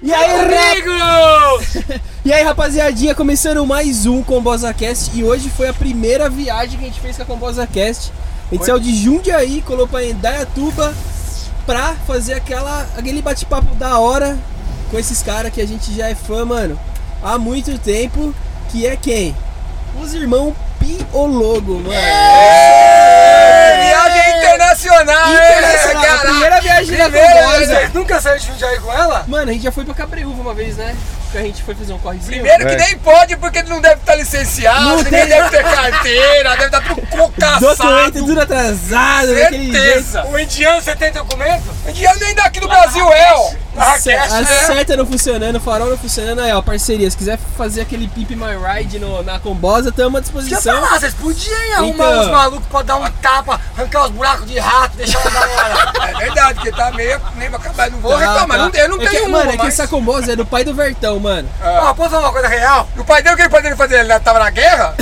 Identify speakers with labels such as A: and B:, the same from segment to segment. A: E aí, ra- E aí, rapaziadinha, começando mais um CombosaCast e hoje foi a primeira viagem que a gente fez com a CombosaCast. A gente
B: Foi?
A: saiu de Jundiaí, colou pra Indaiatuba pra fazer aquela, aquele bate-papo da hora com esses caras que a gente já é fã, mano, há muito tempo, que é quem? Os irmãos Piologo, mano.
B: Viagem É. internacional,
A: Internacional, a primeira viagem da Combosa.
B: Vocês nunca saíram de Jundiaí com ela?
A: Mano, a gente já foi pra Cabreúva uma vez, né? Que a gente foi fazer um correzinho.
B: Primeiro que
C: É.
B: nem pode, porque ele não deve estar licenciado,
A: Não
B: ninguém
A: tem.
B: deve ter carteira, deve tá estar tudo
A: Documento
B: cocaçado.
A: tudo atrasado, daquele jeito.
B: Certeza. O indiano, você tem documento? O indiano nem daqui do Brasil é, ó. Na
A: Ce- A
B: raquete, né?
A: seta não funcionando, o farol não funcionando, aí ó, parceria, se quiser fazer aquele Pimp My Ride no, na Combosa, tamo à
B: Deixa eu
A: disposição.
B: falar, vocês podiam arrumar
A: Então.
B: uns malucos pra dar um tapa, arrancar os buracos de rato, deixar uma galera. É verdade, porque tá meio. Nem pra acabar, não vou
A: Tá, tá.
B: reclamar, não, eu não
A: É que-
B: tenho uma,
A: Mano, é que
B: mas-
A: essa Combosa é do pai do Vertão, mano.
B: Ó, posso falar uma coisa real? E o pai dele, o que ele poderia fazer? Ele tava na guerra?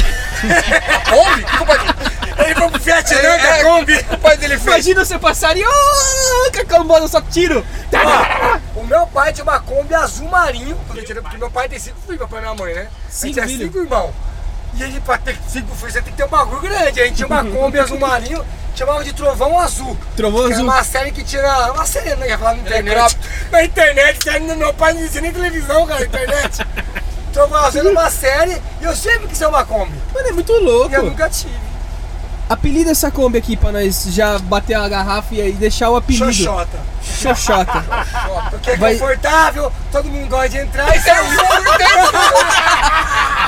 B: Kombi? O que o pai dele... Ele foi pro Vietnã
C: com a
B: Kombi. O pai dele fez.
A: Imagina você passar e ó, com a Combosa só tiro. Tá,
B: Ó, o meu pai tinha uma Kombi azul marinho. Porque eu tirei- porque meu pai tem cinco filhos, meu pai e minha mãe, né?
A: Cinco
B: a gente é
A: filhos?
B: cinco irmãos. E a gente, pra ter cinco filhos, você tem que ter um bagulho grande. A gente tinha uma Kombi azul marinho, chamava de Trovão Azul.
A: Trovão
B: Que Era
A: Azul.
B: uma série que tira. Uma série, né? que ia falar na internet.
C: gráfico.
B: Na internet, série no meu pai não existia nem televisão, cara, na internet. Trovão Azul era uma série e eu sempre quis ser uma Kombi.
A: Mano, é muito
B: E eu
A: louco.
B: nunca tive.
A: Apelida essa Kombi aqui pra nós já bater a garrafa e aí deixar o apelido.
B: Xoxota.
A: Xoxota.
B: Porque é
A: Vai-
B: confortável, todo mundo gosta de entrar e sair.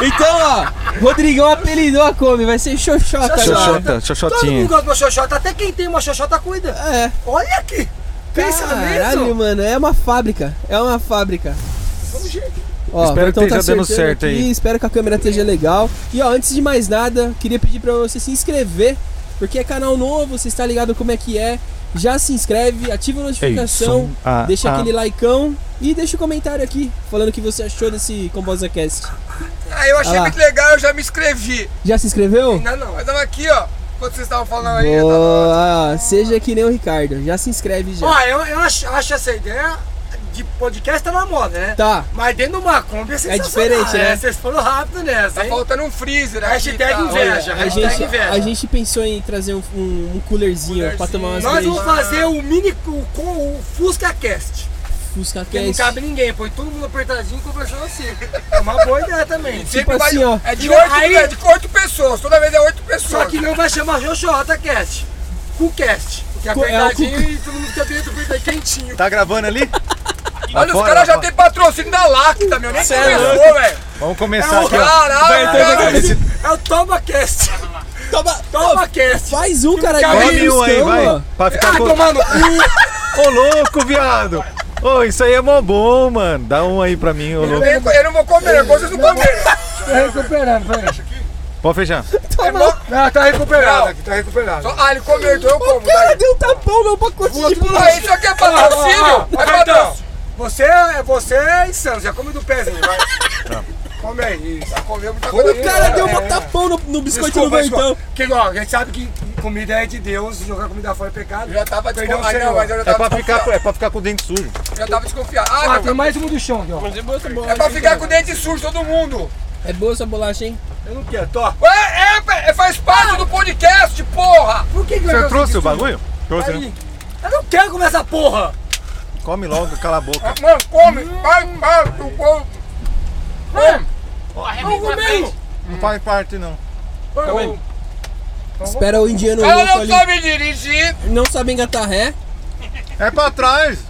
A: Então, ó, Rodrigão apelidou a Kombi, vai ser Xoxota agora.
C: Xoxota.
B: Todo
C: xoxotinha.
B: mundo gosta de uma xoxota, até quem tem uma xoxota cuida.
A: É.
B: Olha aqui. Pensa
A: Caralho,
B: mesmo.
A: mano, é uma fábrica. É uma fábrica.
B: Vamos ver.
A: Ó,
C: Espero que
A: então
C: esteja dando
A: acertando
C: certo aí.
A: aqui, Espero que a câmera esteja legal. E ó, antes de mais nada, queria pedir pra você se inscrever, porque é canal novo, você está ligado como é que é. Já se inscreve, ativa a notificação,
C: som, ah,
A: deixa
C: ah.
A: aquele likeão e deixa o comentário aqui falando o que você achou desse CombosaCast.
B: Ah, eu achei
A: Ah lá.
B: muito legal, eu já me inscrevi.
A: Já se inscreveu?
B: Ainda não. Mas tamo aqui, ó. Quando vocês estavam falando aí. eu tava-
A: Boa, seja que nem o Ricardo, já se inscreve já.
B: Ó, eu, eu acho, acho essa ideia de podcast tá na moda, né?
A: Tá,
B: Mas dentro de uma Kombi é sensacional.
A: diferente, né?
B: É, Vocês foram rápido nessa,
D: Tá
B: hein?
D: faltando um freezer aqui.
B: Hashtag
D: tá?
B: inveja.
A: a
B: hashtag
A: gente,
B: inveja.
A: a gente pensou em trazer um, um- um coolerzinho pra tomar umas
B: Nós vamos
A: brejas.
B: fazer o mini o, com o Fusca Cast.
A: Fusca
D: é
B: Porque não
A: Cast.
B: cabe ninguém, põe todo mundo apertadinho conversando assim. É uma boa ideia também.
A: Tipo assim,
B: um.
A: ó.
D: É de
B: E
D: oito
B: aí-
D: é de oito pessoas, toda vez é oito
B: Só
D: pessoas.
B: que não vai chamar Xoxota Cast. Cucast. Porque é
A: Cu- é o
B: apertadinho e todo mundo fica dentro, apertadinho quentinho.
C: Tá gravando ali?
D: Olha, os
C: Agora,
D: caras já
C: agora.
D: têm patrocínio da Lacta, meu. Nem
A: Cê é
D: começou, velho.
C: Vamos começar aqui, ó.
D: Caralho, cara.
B: É o Toma Cast.
A: Toma,
B: Toma Cast.
A: Faz um, cara.
B: Come
A: que
C: Come um aí,
A: riscão,
C: vai.
A: ó.
C: Pra
B: Ah,
C: ficar com... Ô,
B: tomar no cu.
C: louco, viado. Ô, isso aí é mó bom, mano. Dá um aí pra mim, ô
D: Eu
C: louco.
D: nem- Eu não vou comer, é vocês não comeram.
B: Tá recuperando, peraí.
C: Pode fechar.
A: Toma.
B: Não, tá recuperado
D: Não.
B: aqui, tá recuperado.
D: Só- Ah, ele comeu, então eu
A: O
D: como.
A: cara
D: Tá?
A: deu um tapão no pacote de
D: Ah,
A: bolacha.
D: isso aqui é
B: Ó, ó,
D: patrocínio.
B: ó,
D: É
B: Cartão,
D: patrocínio.
B: Você é, você é insano, já come do pezinho, vai. Come aí, isso.
D: Já comeu muita coisa.
A: O cara
D: né?
A: deu um
B: É.
A: tapão no, no biscoito do
B: Desculpa,
A: vertão.
C: então.
B: desculpa. Porque, ó, a gente sabe que comida é de Deus, jogar comida fora é pecado.
D: Eu
C: tá
D: Já tava
B: Perdão,
D: desconfiado. Ah,
B: senhor.
D: não, mas eu já
C: É pra
D: tava
C: ficar,
D: desconfiado.
C: é pra ficar com o dente sujo.
D: Já tava desconfiado. Ah,
B: Ah,
D: meu,
B: tem mais um do chão aqui, ó.
D: É pra ficar com o dente sujo, todo mundo.
A: É boa essa bolacha, hein?
B: Eu não quero, tô.
D: Ué, é, pé, faz parte do podcast, porra.
B: Por que que vai
C: Você
B: fazer
C: trouxe
B: isso?
C: o bagulho? Trouxe, né?
B: Aí. Eu não quero comer essa porra!
C: Come logo, cala a boca.
D: Mano, come, vai, vai, tu come. Come.
B: Não comendo!
C: Não faz parte, não.
B: Eu-
A: Espera o indiano
D: Ela
A: louco
D: não
A: ali.
D: sabe dirigir.
A: Não sabe engatar ré.
C: É pra trás.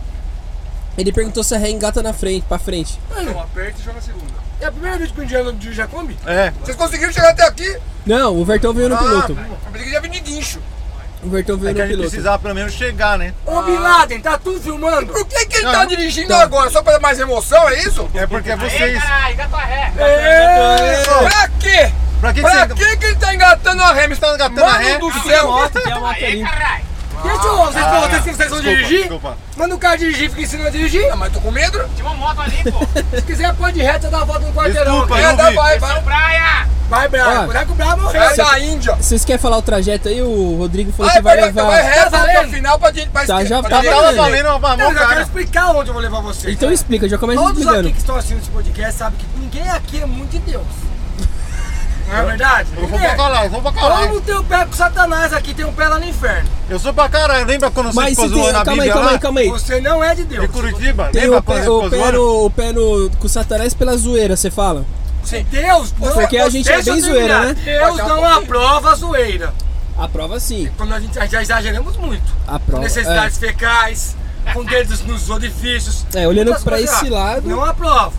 A: Ele perguntou se a ré engata na frente, pra frente.
D: Então aperta e joga a segunda.
B: É a primeira vez que o indiano já come?
C: É.
D: Vocês conseguiram chegar até aqui?
A: Não, o vertão veio no piloto.
D: Eu pensei que já vim de guincho.
A: O vertão
C: É
A: veio
C: que a
A: no
C: gente
A: piloto.
C: precisava pelo menos chegar, né?
B: Ô Bin Laden, tá tudo filmando?
C: Ah.
D: Por que, que ele
C: Não,
D: tá
C: não-
D: dirigindo
A: não.
D: agora? Só pra dar mais emoção, é isso?
C: É porque vocês.
B: É.
D: Pra quê?
C: Pra que, que
D: Pra
C: você
D: que, que ele tá engatando a ré? Você
C: tá engatando
D: Mano
C: a ré?
D: do céu!
A: Tem a moto ali.
B: Deixa eu. Vocês, pô, vocês, vocês vão
C: Desculpa,
B: dirigir?
C: desculpa.
B: Manda o cara dirigir, fica ensinando a dirigir.
D: Ah, mas tô com medo.
E: Tinha uma moto ali, pô.
B: Se quiser, pode ir reto, dá a volta no quarteirão.
C: Desculpa,
B: Quer
C: eu
B: dar,
C: vi.
B: vai,
A: é
B: vai.
E: São Praia!
B: Vai, Bravo.
A: Ó.
B: Buraco Bravo morreu.
D: É da Índia.
A: Vocês querem falar o trajeto aí? O Rodrigo falou
D: Ai,
A: que vai
D: vai,
A: levar.
D: vai reto
B: Tá
D: até o
B: valendo?
D: final pra gente. Pra
A: Tá,
D: esquerda,
A: já
D: pra
A: tá
D: direita.
C: Tava
A: valendo.
C: valendo uma
B: Não,
C: mão,
B: eu já quero
C: cara.
B: explicar onde eu vou levar vocês.
A: Então explica, já começa
C: tá
B: Todos
A: explicando.
B: aqui que estão assistindo esse podcast sabem que ninguém aqui é muito de Deus. Não é verdade?
C: Eu vou
B: Ninguém.
C: pra caralho, eu vou pra caralho.
B: Como tem o pé com Satanás aqui, tem um pé lá no inferno.
C: Eu sou pra caralho. Lembra quando você
A: Mas
C: ficou
A: se tem.
C: zoando a
A: Calma aí,
C: Bíblia né?
A: calma
C: lá?
A: aí, calma aí.
B: Você não é de
C: De
B: Deus.
C: Curitiba?
A: Tem
C: Lembra
A: o
C: quando
A: pé,
C: você
A: o
C: ficou
A: pé,
C: zoando?
A: no, o pé no, com o Satanás pela zoeira, você fala?
B: Sim, Deus não
A: Porque a gente é
B: Deixa eu
A: bem
B: terminar.
A: zoeira, né?
B: Deus não aprova a zoeira.
A: A prova sim.
B: Quando a gente já exageramos muito.
A: A
B: Com
A: prova. é.
B: necessidades fecais, com dedos nos orifícios.
A: É, olhando
B: Muitas
A: pra
B: coisas
A: esse
B: lá.
A: lado-
B: Não aprova.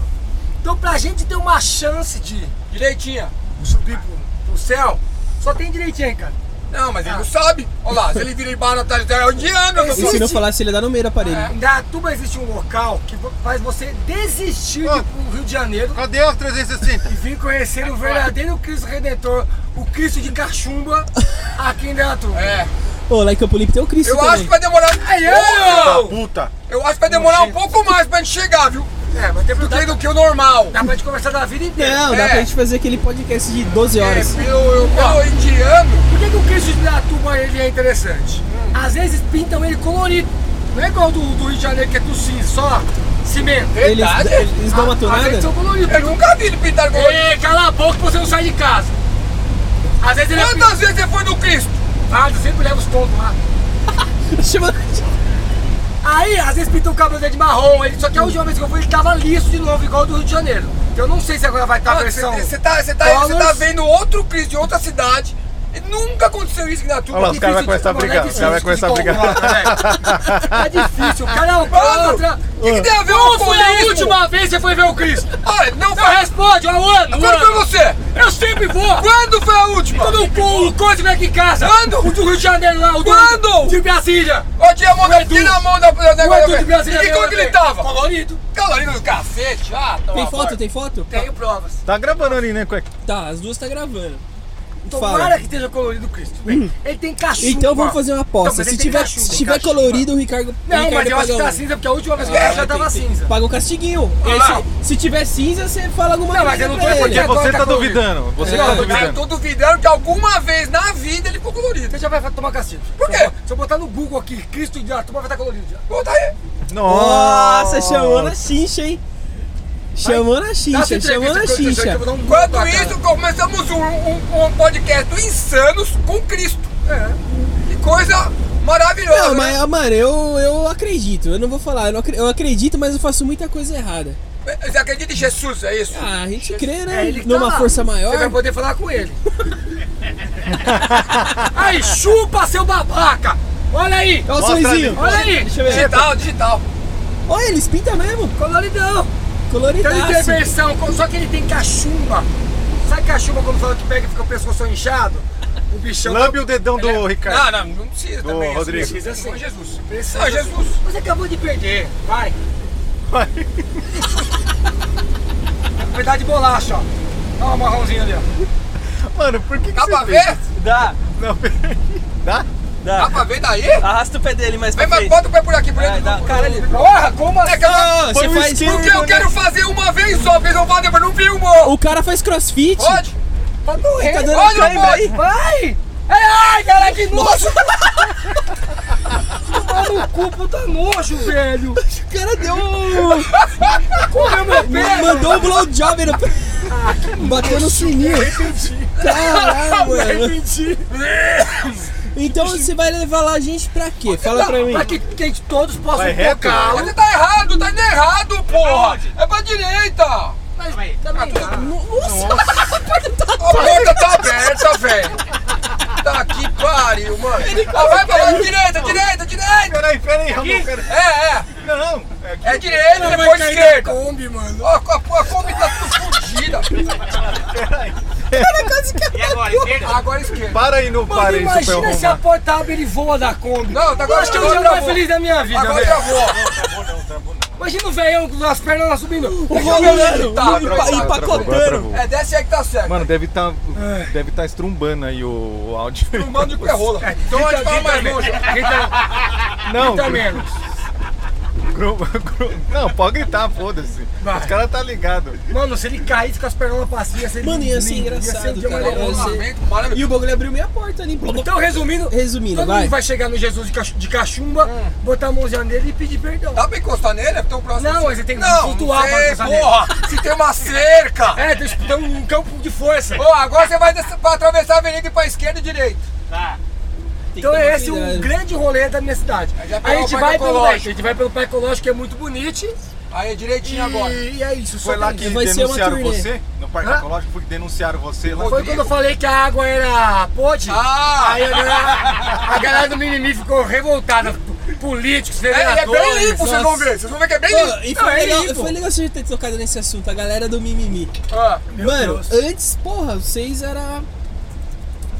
B: Então, pra gente ter uma chance de direitinha subir pro, pro céu, só tem direitinha, cara.
D: Não, mas ele não sabe. Olha lá, se ele vira embaixo na tarde, é indiano.
A: É. E se não falasse, ele ia dar no meio da parede.
B: Em Datuba existe um local que vo- faz você desistir de ir pro Rio de Janeiro
C: Cadê as 360?
B: e vir conhecer o verdadeiro Cristo Redentor, o Cristo de Cachumba, aqui em Datuba.
D: É.
A: Ô, lá em Campo Limpo tem o Cristo
D: Eu
A: também.
D: acho que vai demorar.
C: Da
D: Eu,
C: puta.
D: eu acho que vai demorar um pouco mais pra gente chegar, viu?
B: É, mas tem
D: Do que,
B: dá,
D: do que o normal.
B: dá pra gente conversar da vida inteira.
A: Não, dá
D: É.
A: pra gente fazer aquele podcast de 12
D: É,
A: horas.
D: pelo, eu, pelo indiano.
B: Por que, que o Cristo de Datuba ele é interessante? Às vezes pintam ele colorido. Não é igual do, do Rio de Janeiro que é tudo cinza, só cimento.
A: Eles,
D: Verdade.
A: eles dão uma
B: Às vezes
A: tonada?
B: são coloridos.
D: Eu nunca vi ele pintar com
B: Ei, cala a boca que você não sai de casa. Às vezes ele é pintado.
D: Quantas vezes você foi no Cristo?
B: Ah, eu sempre leva os pontos lá.
A: Chama-
B: Aí, às vezes pinta o cabelo dele de marrom, ele, só que a última vez que eu fui, ele tava liso de novo, igual ao do Rio de Janeiro. Então eu não sei se agora vai estar a versão.
D: Você tá, cê tá, cê tá
B: Colors.
D: vendo outro Cristo de outra cidade. E nunca aconteceu isso aqui na
C: Olha lá,
D: tua.
C: os caras vão começar a brigar. Os caras vão começar a brigar.
B: né, É difícil, o cara é alcoólatra.
D: O que, que tem a ver
B: Qual
D: com
B: foi a
D: comunismo?
B: última vez que você foi ver o Cristo?
D: Olha, não
B: Não
D: faz.
B: responde, ó, o ano, o
D: Quando foi
B: ano.
D: você?
B: Eu sempre vou.
D: Quando foi a última?
B: Quando o povo, o Conde vem aqui em casa.
D: Quando?
B: O do Rio de Janeiro lá, o do
D: Quando?
B: De Brasília.
D: Ô, tira a mão da. Tira a mão da. da
B: O
D: negócio
B: Edu
D: da-
B: de Brasília.
D: E que
B: veio
D: cor que ele
B: também.
D: tava?
B: Colorido.
D: Calorino do cacete. Ah, tá
A: Tem
D: uma
A: foto?
D: porra.
A: Tem foto?
B: Tenho provas.
C: Tá gravando ali, né, cueca?
A: Tá, as duas tá gravando.
B: Tomara
A: Fala.
B: que esteja colorido o Cristo. Bem, Ele tem cachumba.
A: Então vamos fazer uma
B: Então,
A: aposta.
B: mas ele
A: se
B: tem
A: tiver,
B: cachumba,
A: se tiver
B: cachumba.
A: colorido, o Ricardo.
B: Não,
A: Ricardo
B: mas eu acho que
A: paga
B: tá
A: um-
B: cinza, porque a última vez que eu fui já
A: Ah,
B: tava
A: tem-
B: cinza.
A: Paga um castiguinho.
D: Ah,
A: Esse-
D: lá.
A: se tiver cinza, você fala alguma
B: Não,
A: coisa.
B: mas eu não
A: pra
B: tô
A: ele.
B: porque-
C: É,
B: agora
C: você
B: tá
C: tá
B: colorido.
C: duvidando.
B: Não,
C: Você tá
B: eu tô
D: Eu
C: duvidando.
D: tô duvidando que alguma vez na vida ele ficou colorido.
B: Você já vai tomar castigo.
D: Por quê?
B: Se eu- Se eu botar no Google aqui, Cristo de Arthur, vai estar colorido já.
D: Volta aí.
A: Nossa, chamou
C: né?
A: na xincha, hein? Chamou na
B: Dá
A: xincha,
B: essa
A: chamou na
B: Tá, entrevista que eu- que
A: xincha.
B: eu- que eu vou dar um
D: Enquanto
B: Google na cara.
D: isso, começamos um, um- um podcast do Insanos com Cristo. Tá Que coisa maravilhosa.
A: Não, mas,
D: né?
A: ah, mano, eu, eu acredito. Eu não vou falar. Eu, não acre- eu acredito, mas eu faço muita coisa errada.
B: eh,
D: Você acredita em Jesus, é isso?
A: Ah, a gente crê,
B: É,
A: né?
B: ele que tá
A: Numa
B: lá.
A: força
B: Você vai
A: maior.
B: poder falar com ele. aí, chupa, seu babaca! Olha aí!
A: Olha o
C: Mostra
A: sorrisinho.
C: ali.
B: Olha aí!
A: Deixa eu ver.
D: Digital, digital.
A: Olha, eles pintam mesmo.
B: Coloridão! Então ele tem a
A: Coloridaço.
B: versão, co- só que ele tem cachumba. Sabe cachumba quando fala que pega e fica o pescoço inchado? O bichão.
C: Lambe o dedão do
D: Não,
C: Ricardo.
D: não, não precisa
C: Ô,
D: também. assim, isso.
C: Rodrigo.
D: Precisa sim. Ô, Jesus.
B: Precisa.
D: Não, Jesus.
B: Você acabou de perder, vai.
C: Vai.
B: Cuidado de bolacha, ó. Olha o marronzinho ali, ó.
C: Mano, por que que
D: Dá pra
C: você
D: ver?
C: fez?
F: Dá,
C: Não, peraí. Dá?
D: Dá
F: dá.
D: pra ver daí?
F: Arrasta o pé dele mais
D: Vem,
F: pra
D: mas
F: frente.
D: bota o pé por aqui, por
F: Vai,
D: aqui.
F: dá. Caralho.
B: Porra, como assim?
D: É que eu-
A: É, Ah,
C: Foi
A: você
C: um
A: faz.
C: esquema.
D: porque eu quero fazer uma vez só, porque eles vão fazer depois não filmo.
A: O cara faz crossfit.
D: Pode?
B: Tá doendo.
A: Tá dando
D: Olha,
A: cãibra
D: pode.
A: aí.
B: Vai! Ai, ai, cara, que nojo! Tomar no cu, puta nojo, velho!
A: O cara deu um.
B: Comeu meu pé! Ah,
A: Mandou um blowjob no. Bateu no sininho. Caralho, mano.
B: Entendi!
A: Então você vai levar lá a gente pra quê? Fala pra mim.
B: Pra que, que todos possam
C: Vai reto?
B: tocá-lo.
D: Você tá errado, tá indo errado, porra. É pra direita.
B: Mas
E: Calma aí.
B: também dá.
D: tá A porta tá aberta, velho. Tá que pariu, mano. Ah, vai pra lá, direita, direita, direita.
C: Peraí, peraí, Ramon, peraí.
D: É, é.
C: Não, é
D: É direita, depois esquerda.
B: Kombi, mano.
D: Ó, a, a, a Kombi tá tudo fodida.
E: E agora, esquerda?
D: Agora esquerda.
C: Para aí no
B: Mano,
C: para aí, seu
B: imagina se a porta abre e voa da Kombi.
D: Não,
B: Eu
D: tá agora
B: acho que eu
D: agora
B: sou o mais
D: travou.
E: né?
B: feliz da minha vida,
D: Agora
B: velho.
D: travou.
B: Imagina o velhão com as pernas lá subindo.
A: O é-
D: rolando,
A: rolando,
D: tá,
A: o
D: pra-
A: empa-
C: Agora
A: empacotando.
C: travou.
D: É, desce aí que tá certo.
C: Mano, deve estar deve tá estrumbando aí o, o áudio.
D: o mano de pé rola. Então a gente fala mais longe.
C: Não,
B: Tá menos.
C: gru- gru- não, pode gritar, foda-se.
B: Vai.
C: Os caras tá ligado.
B: Mano, se ele caísse com as pernas lá pra cima, ia ser
A: Mano, ia ser
B: lindo,
A: engraçado,
B: um dia
A: cara.
B: maravilhoso.
A: Ia ser-
D: Rolamento maravilhoso.
A: E o bagulho abriu meia porta ali.
B: Então, resumindo,
A: Resumindo,
B: todo
A: vai.
B: mundo vai chegar no Jesus de cachu- de cachumba, botar a mãozinha nele e pedir perdão.
D: Dá pra encostar nele? É tão próximo.
B: Não,
D: assim.
B: mas você tem que
D: não,
B: flutuar
D: não
B: pra
D: sei,
B: encostar nele.
D: porra. Se tem uma cerca.
B: É, deixa dar um campo de força.
D: Ó, agora você vai descer- pra atravessar a avenida e pra esquerda e direita.
E: Tá.
B: Então é esse o grande rolê da minha cidade.
D: Aí já
B: A
D: pegou
B: gente,
D: o
B: vai
D: Parque
B: pelo, a
D: Ecológico.
B: gente vai pelo Parque Ecológico, que é muito bonito.
D: Aí é
B: E,
D: direitinho agora.
B: e é isso. só
C: Foi lá
B: tem
C: que
B: isso.
A: vai ser uma
C: denunciaram
A: turnê.
C: você? No Parque
B: Hã?
C: Ecológico foi que denunciaram você lá.
B: Foi quando eu falei que a água era podre.
D: Ah!
B: Aí a galera, a galera do Mimimi ficou revoltada. Políticos,
D: É, ele é
B: vereadores.
D: bem limpo, vocês vão ver. Vocês vão ver que é bem
A: Pô,
D: limpo.
A: e foi,
B: Não, é
A: legal,
B: isso, pô.
A: foi legal você ter tocado nesse assunto, a galera do mimimi.
D: Ah,
A: Mano,
B: Deus.
A: antes, porra, vocês era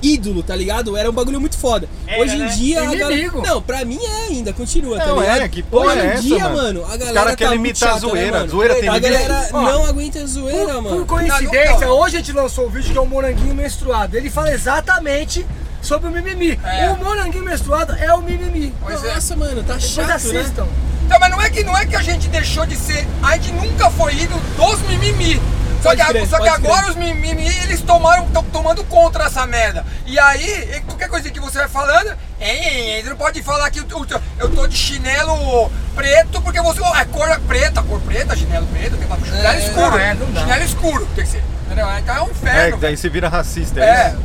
A: ídolo, tá ligado? Era um bagulho muito foda.
E: Era,
A: Hoje em
E: né?
A: dia, a galera...
B: Inimigo.
A: Não, pra mim é ainda, continua, tá
C: Não,
A: ligado?
C: é, que porra
A: Hoje em
C: é essa,
A: dia,
C: mano?
A: mano, a galera
C: caras
A: tá
C: querem
A: muito
C: imitar
A: chata,
C: zoeira.
A: Né, mano?
C: Zoeira tem
A: A
C: limite?
A: galera
B: Ó,
A: não aguenta
B: Por,
A: zoeira,
B: por
A: mano.
D: Não, não,
B: coincidência,
D: não.
B: hoje a gente lançou um vídeo que é o Moranguinho Menstruado. Ele fala exatamente sobre o mimimi.
D: É.
B: O Moranguinho Menstruado é o mimimi.
D: pois é.
A: Nossa, mano, tá
B: Vocês
A: chato, né?
B: assistam.
D: Então, mas não é, que, não é que a gente deixou de ser. A gente nunca foi ídolo dos mimimi. Só
A: Pode
D: que, a-
A: crer,
D: só que
A: pode
D: agora
A: crer.
D: os mimimi, eles tomaram, estão tomando contra essa merda. E aí, e qualquer coisa que você vai falando, hein, hein, hein, você não pode falar que eu, tô- eu tô de chinelo preto, porque você. É cor preta, cor preta, chinelo preto, tem que falar chinelo
B: É,
D: escuro.
B: não, é, não dá.
D: Chinelo escuro, tem que ser. Entendeu? Então é um
C: É,
D: inferno.
C: daí você vira racista, é,
D: É,
C: isso?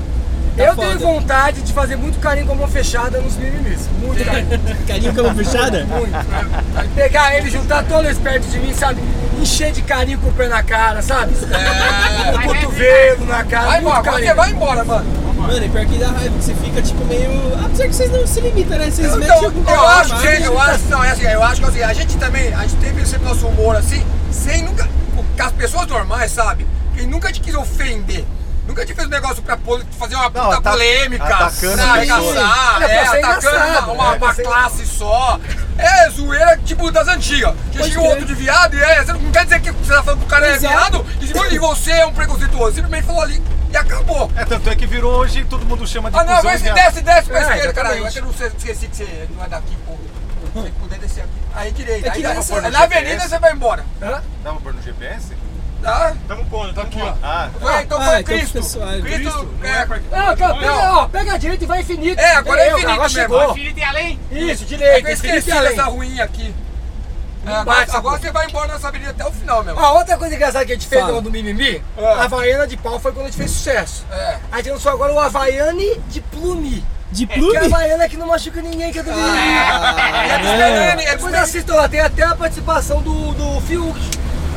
B: eu
A: foda.
B: tenho vontade de fazer muito carinho com a mão fechada nos mimimis. Muito carinho.
A: Carinho com a mão fechada?
B: Muito. Sabe? Pegar ele, juntar todos eles perto de mim, sabe? Encher de carinho com o pé na cara, sabe?
D: É.
B: No cotovelo, na cara. muito
D: Vai embora, agora você
B: carinho.
D: vai embora, mano.
A: Mano, e pior que dá raiva, que você fica tipo meio. Apesar que vocês não se limitam, né? Vocês metem
D: Então,
A: algum
B: Tipo,
D: eu
A: bagulho
D: acho,
A: lá,
D: gente,
A: né?
B: tá-
D: eu acho, não, é assim, eu acho que assim, a gente também, a gente teve sempre nosso humor assim, sem nunca, com as pessoas normais, sabe? Quem nunca te quis ofender, nunca te fez um negócio pra poli- fazer
C: Não,
D: uma puta
C: ata-
D: polêmica,
C: atacando
D: pra
C: a pessoa.
D: caçar,
B: É, pra
D: é,
B: ser
D: atacando
B: engraçado,
D: uma, uma,
B: é,
D: uma
B: pra ser
D: classe só. É, zoeira tipo das antigas. Que
A: Pode
D: chega o
A: crer.
D: outro de viado e é, você não quer dizer que você tá falando que o cara é
A: Exato.
D: viado e se- e você é um preconceituoso. Simplesmente falou ali e acabou.
C: É, tanto é que virou hoje todo mundo chama de
D: Ah, não,
C: cuzão
D: mas
C: e viado.
D: desce, desce pra
B: É,
D: esquerda,
B: exatamente.
D: caralho. É que eu não sei, esqueci que você não é daqui, pô. Tem que poder descer aqui. Aí direita.
A: É que
D: aí dá pra
A: nessa-
D: pôr no
A: é
D: na
C: GPS.
D: avenida você vai embora.
B: Hã?
C: Dá pra pôr no GPS?
D: Tá?
E: Tamo pondo, tamo pondo.
C: Ah,
D: Ué, então
A: ah,
D: foi
A: então
D: Cristo.
A: fica suave.
D: Cristo. é,
B: Não, cara, pega, ó, pega a direita e vai infinito.
D: É, agora é infinito
B: agora
D: mesmo.
B: chegou.
E: Filho tem além?
B: Isso,
D: é
B: direita,
D: que eu
B: infinito
D: esqueci
B: e além.
D: dessa ruim aqui. É,
B: bate
D: agora
B: essa
D: agora
B: porra.
D: você vai embora nessa avenida até o final, meu.
B: Ó, outra coisa engraçada que a gente fez
A: Fala.
B: do mimimi,
D: É.
B: a Havaiana de pau foi quando a gente fez sucesso.
D: É.
B: A gente lançou agora o Havaiane de plume.
A: De
B: Que é a
A: plume?
B: Havaiana que não machuca ninguém, que é do mimimi.
D: Ah, É dos
A: é.
D: Fernandes, é dos
B: Depois assistam lá, tem até a participação do, do Fiuk.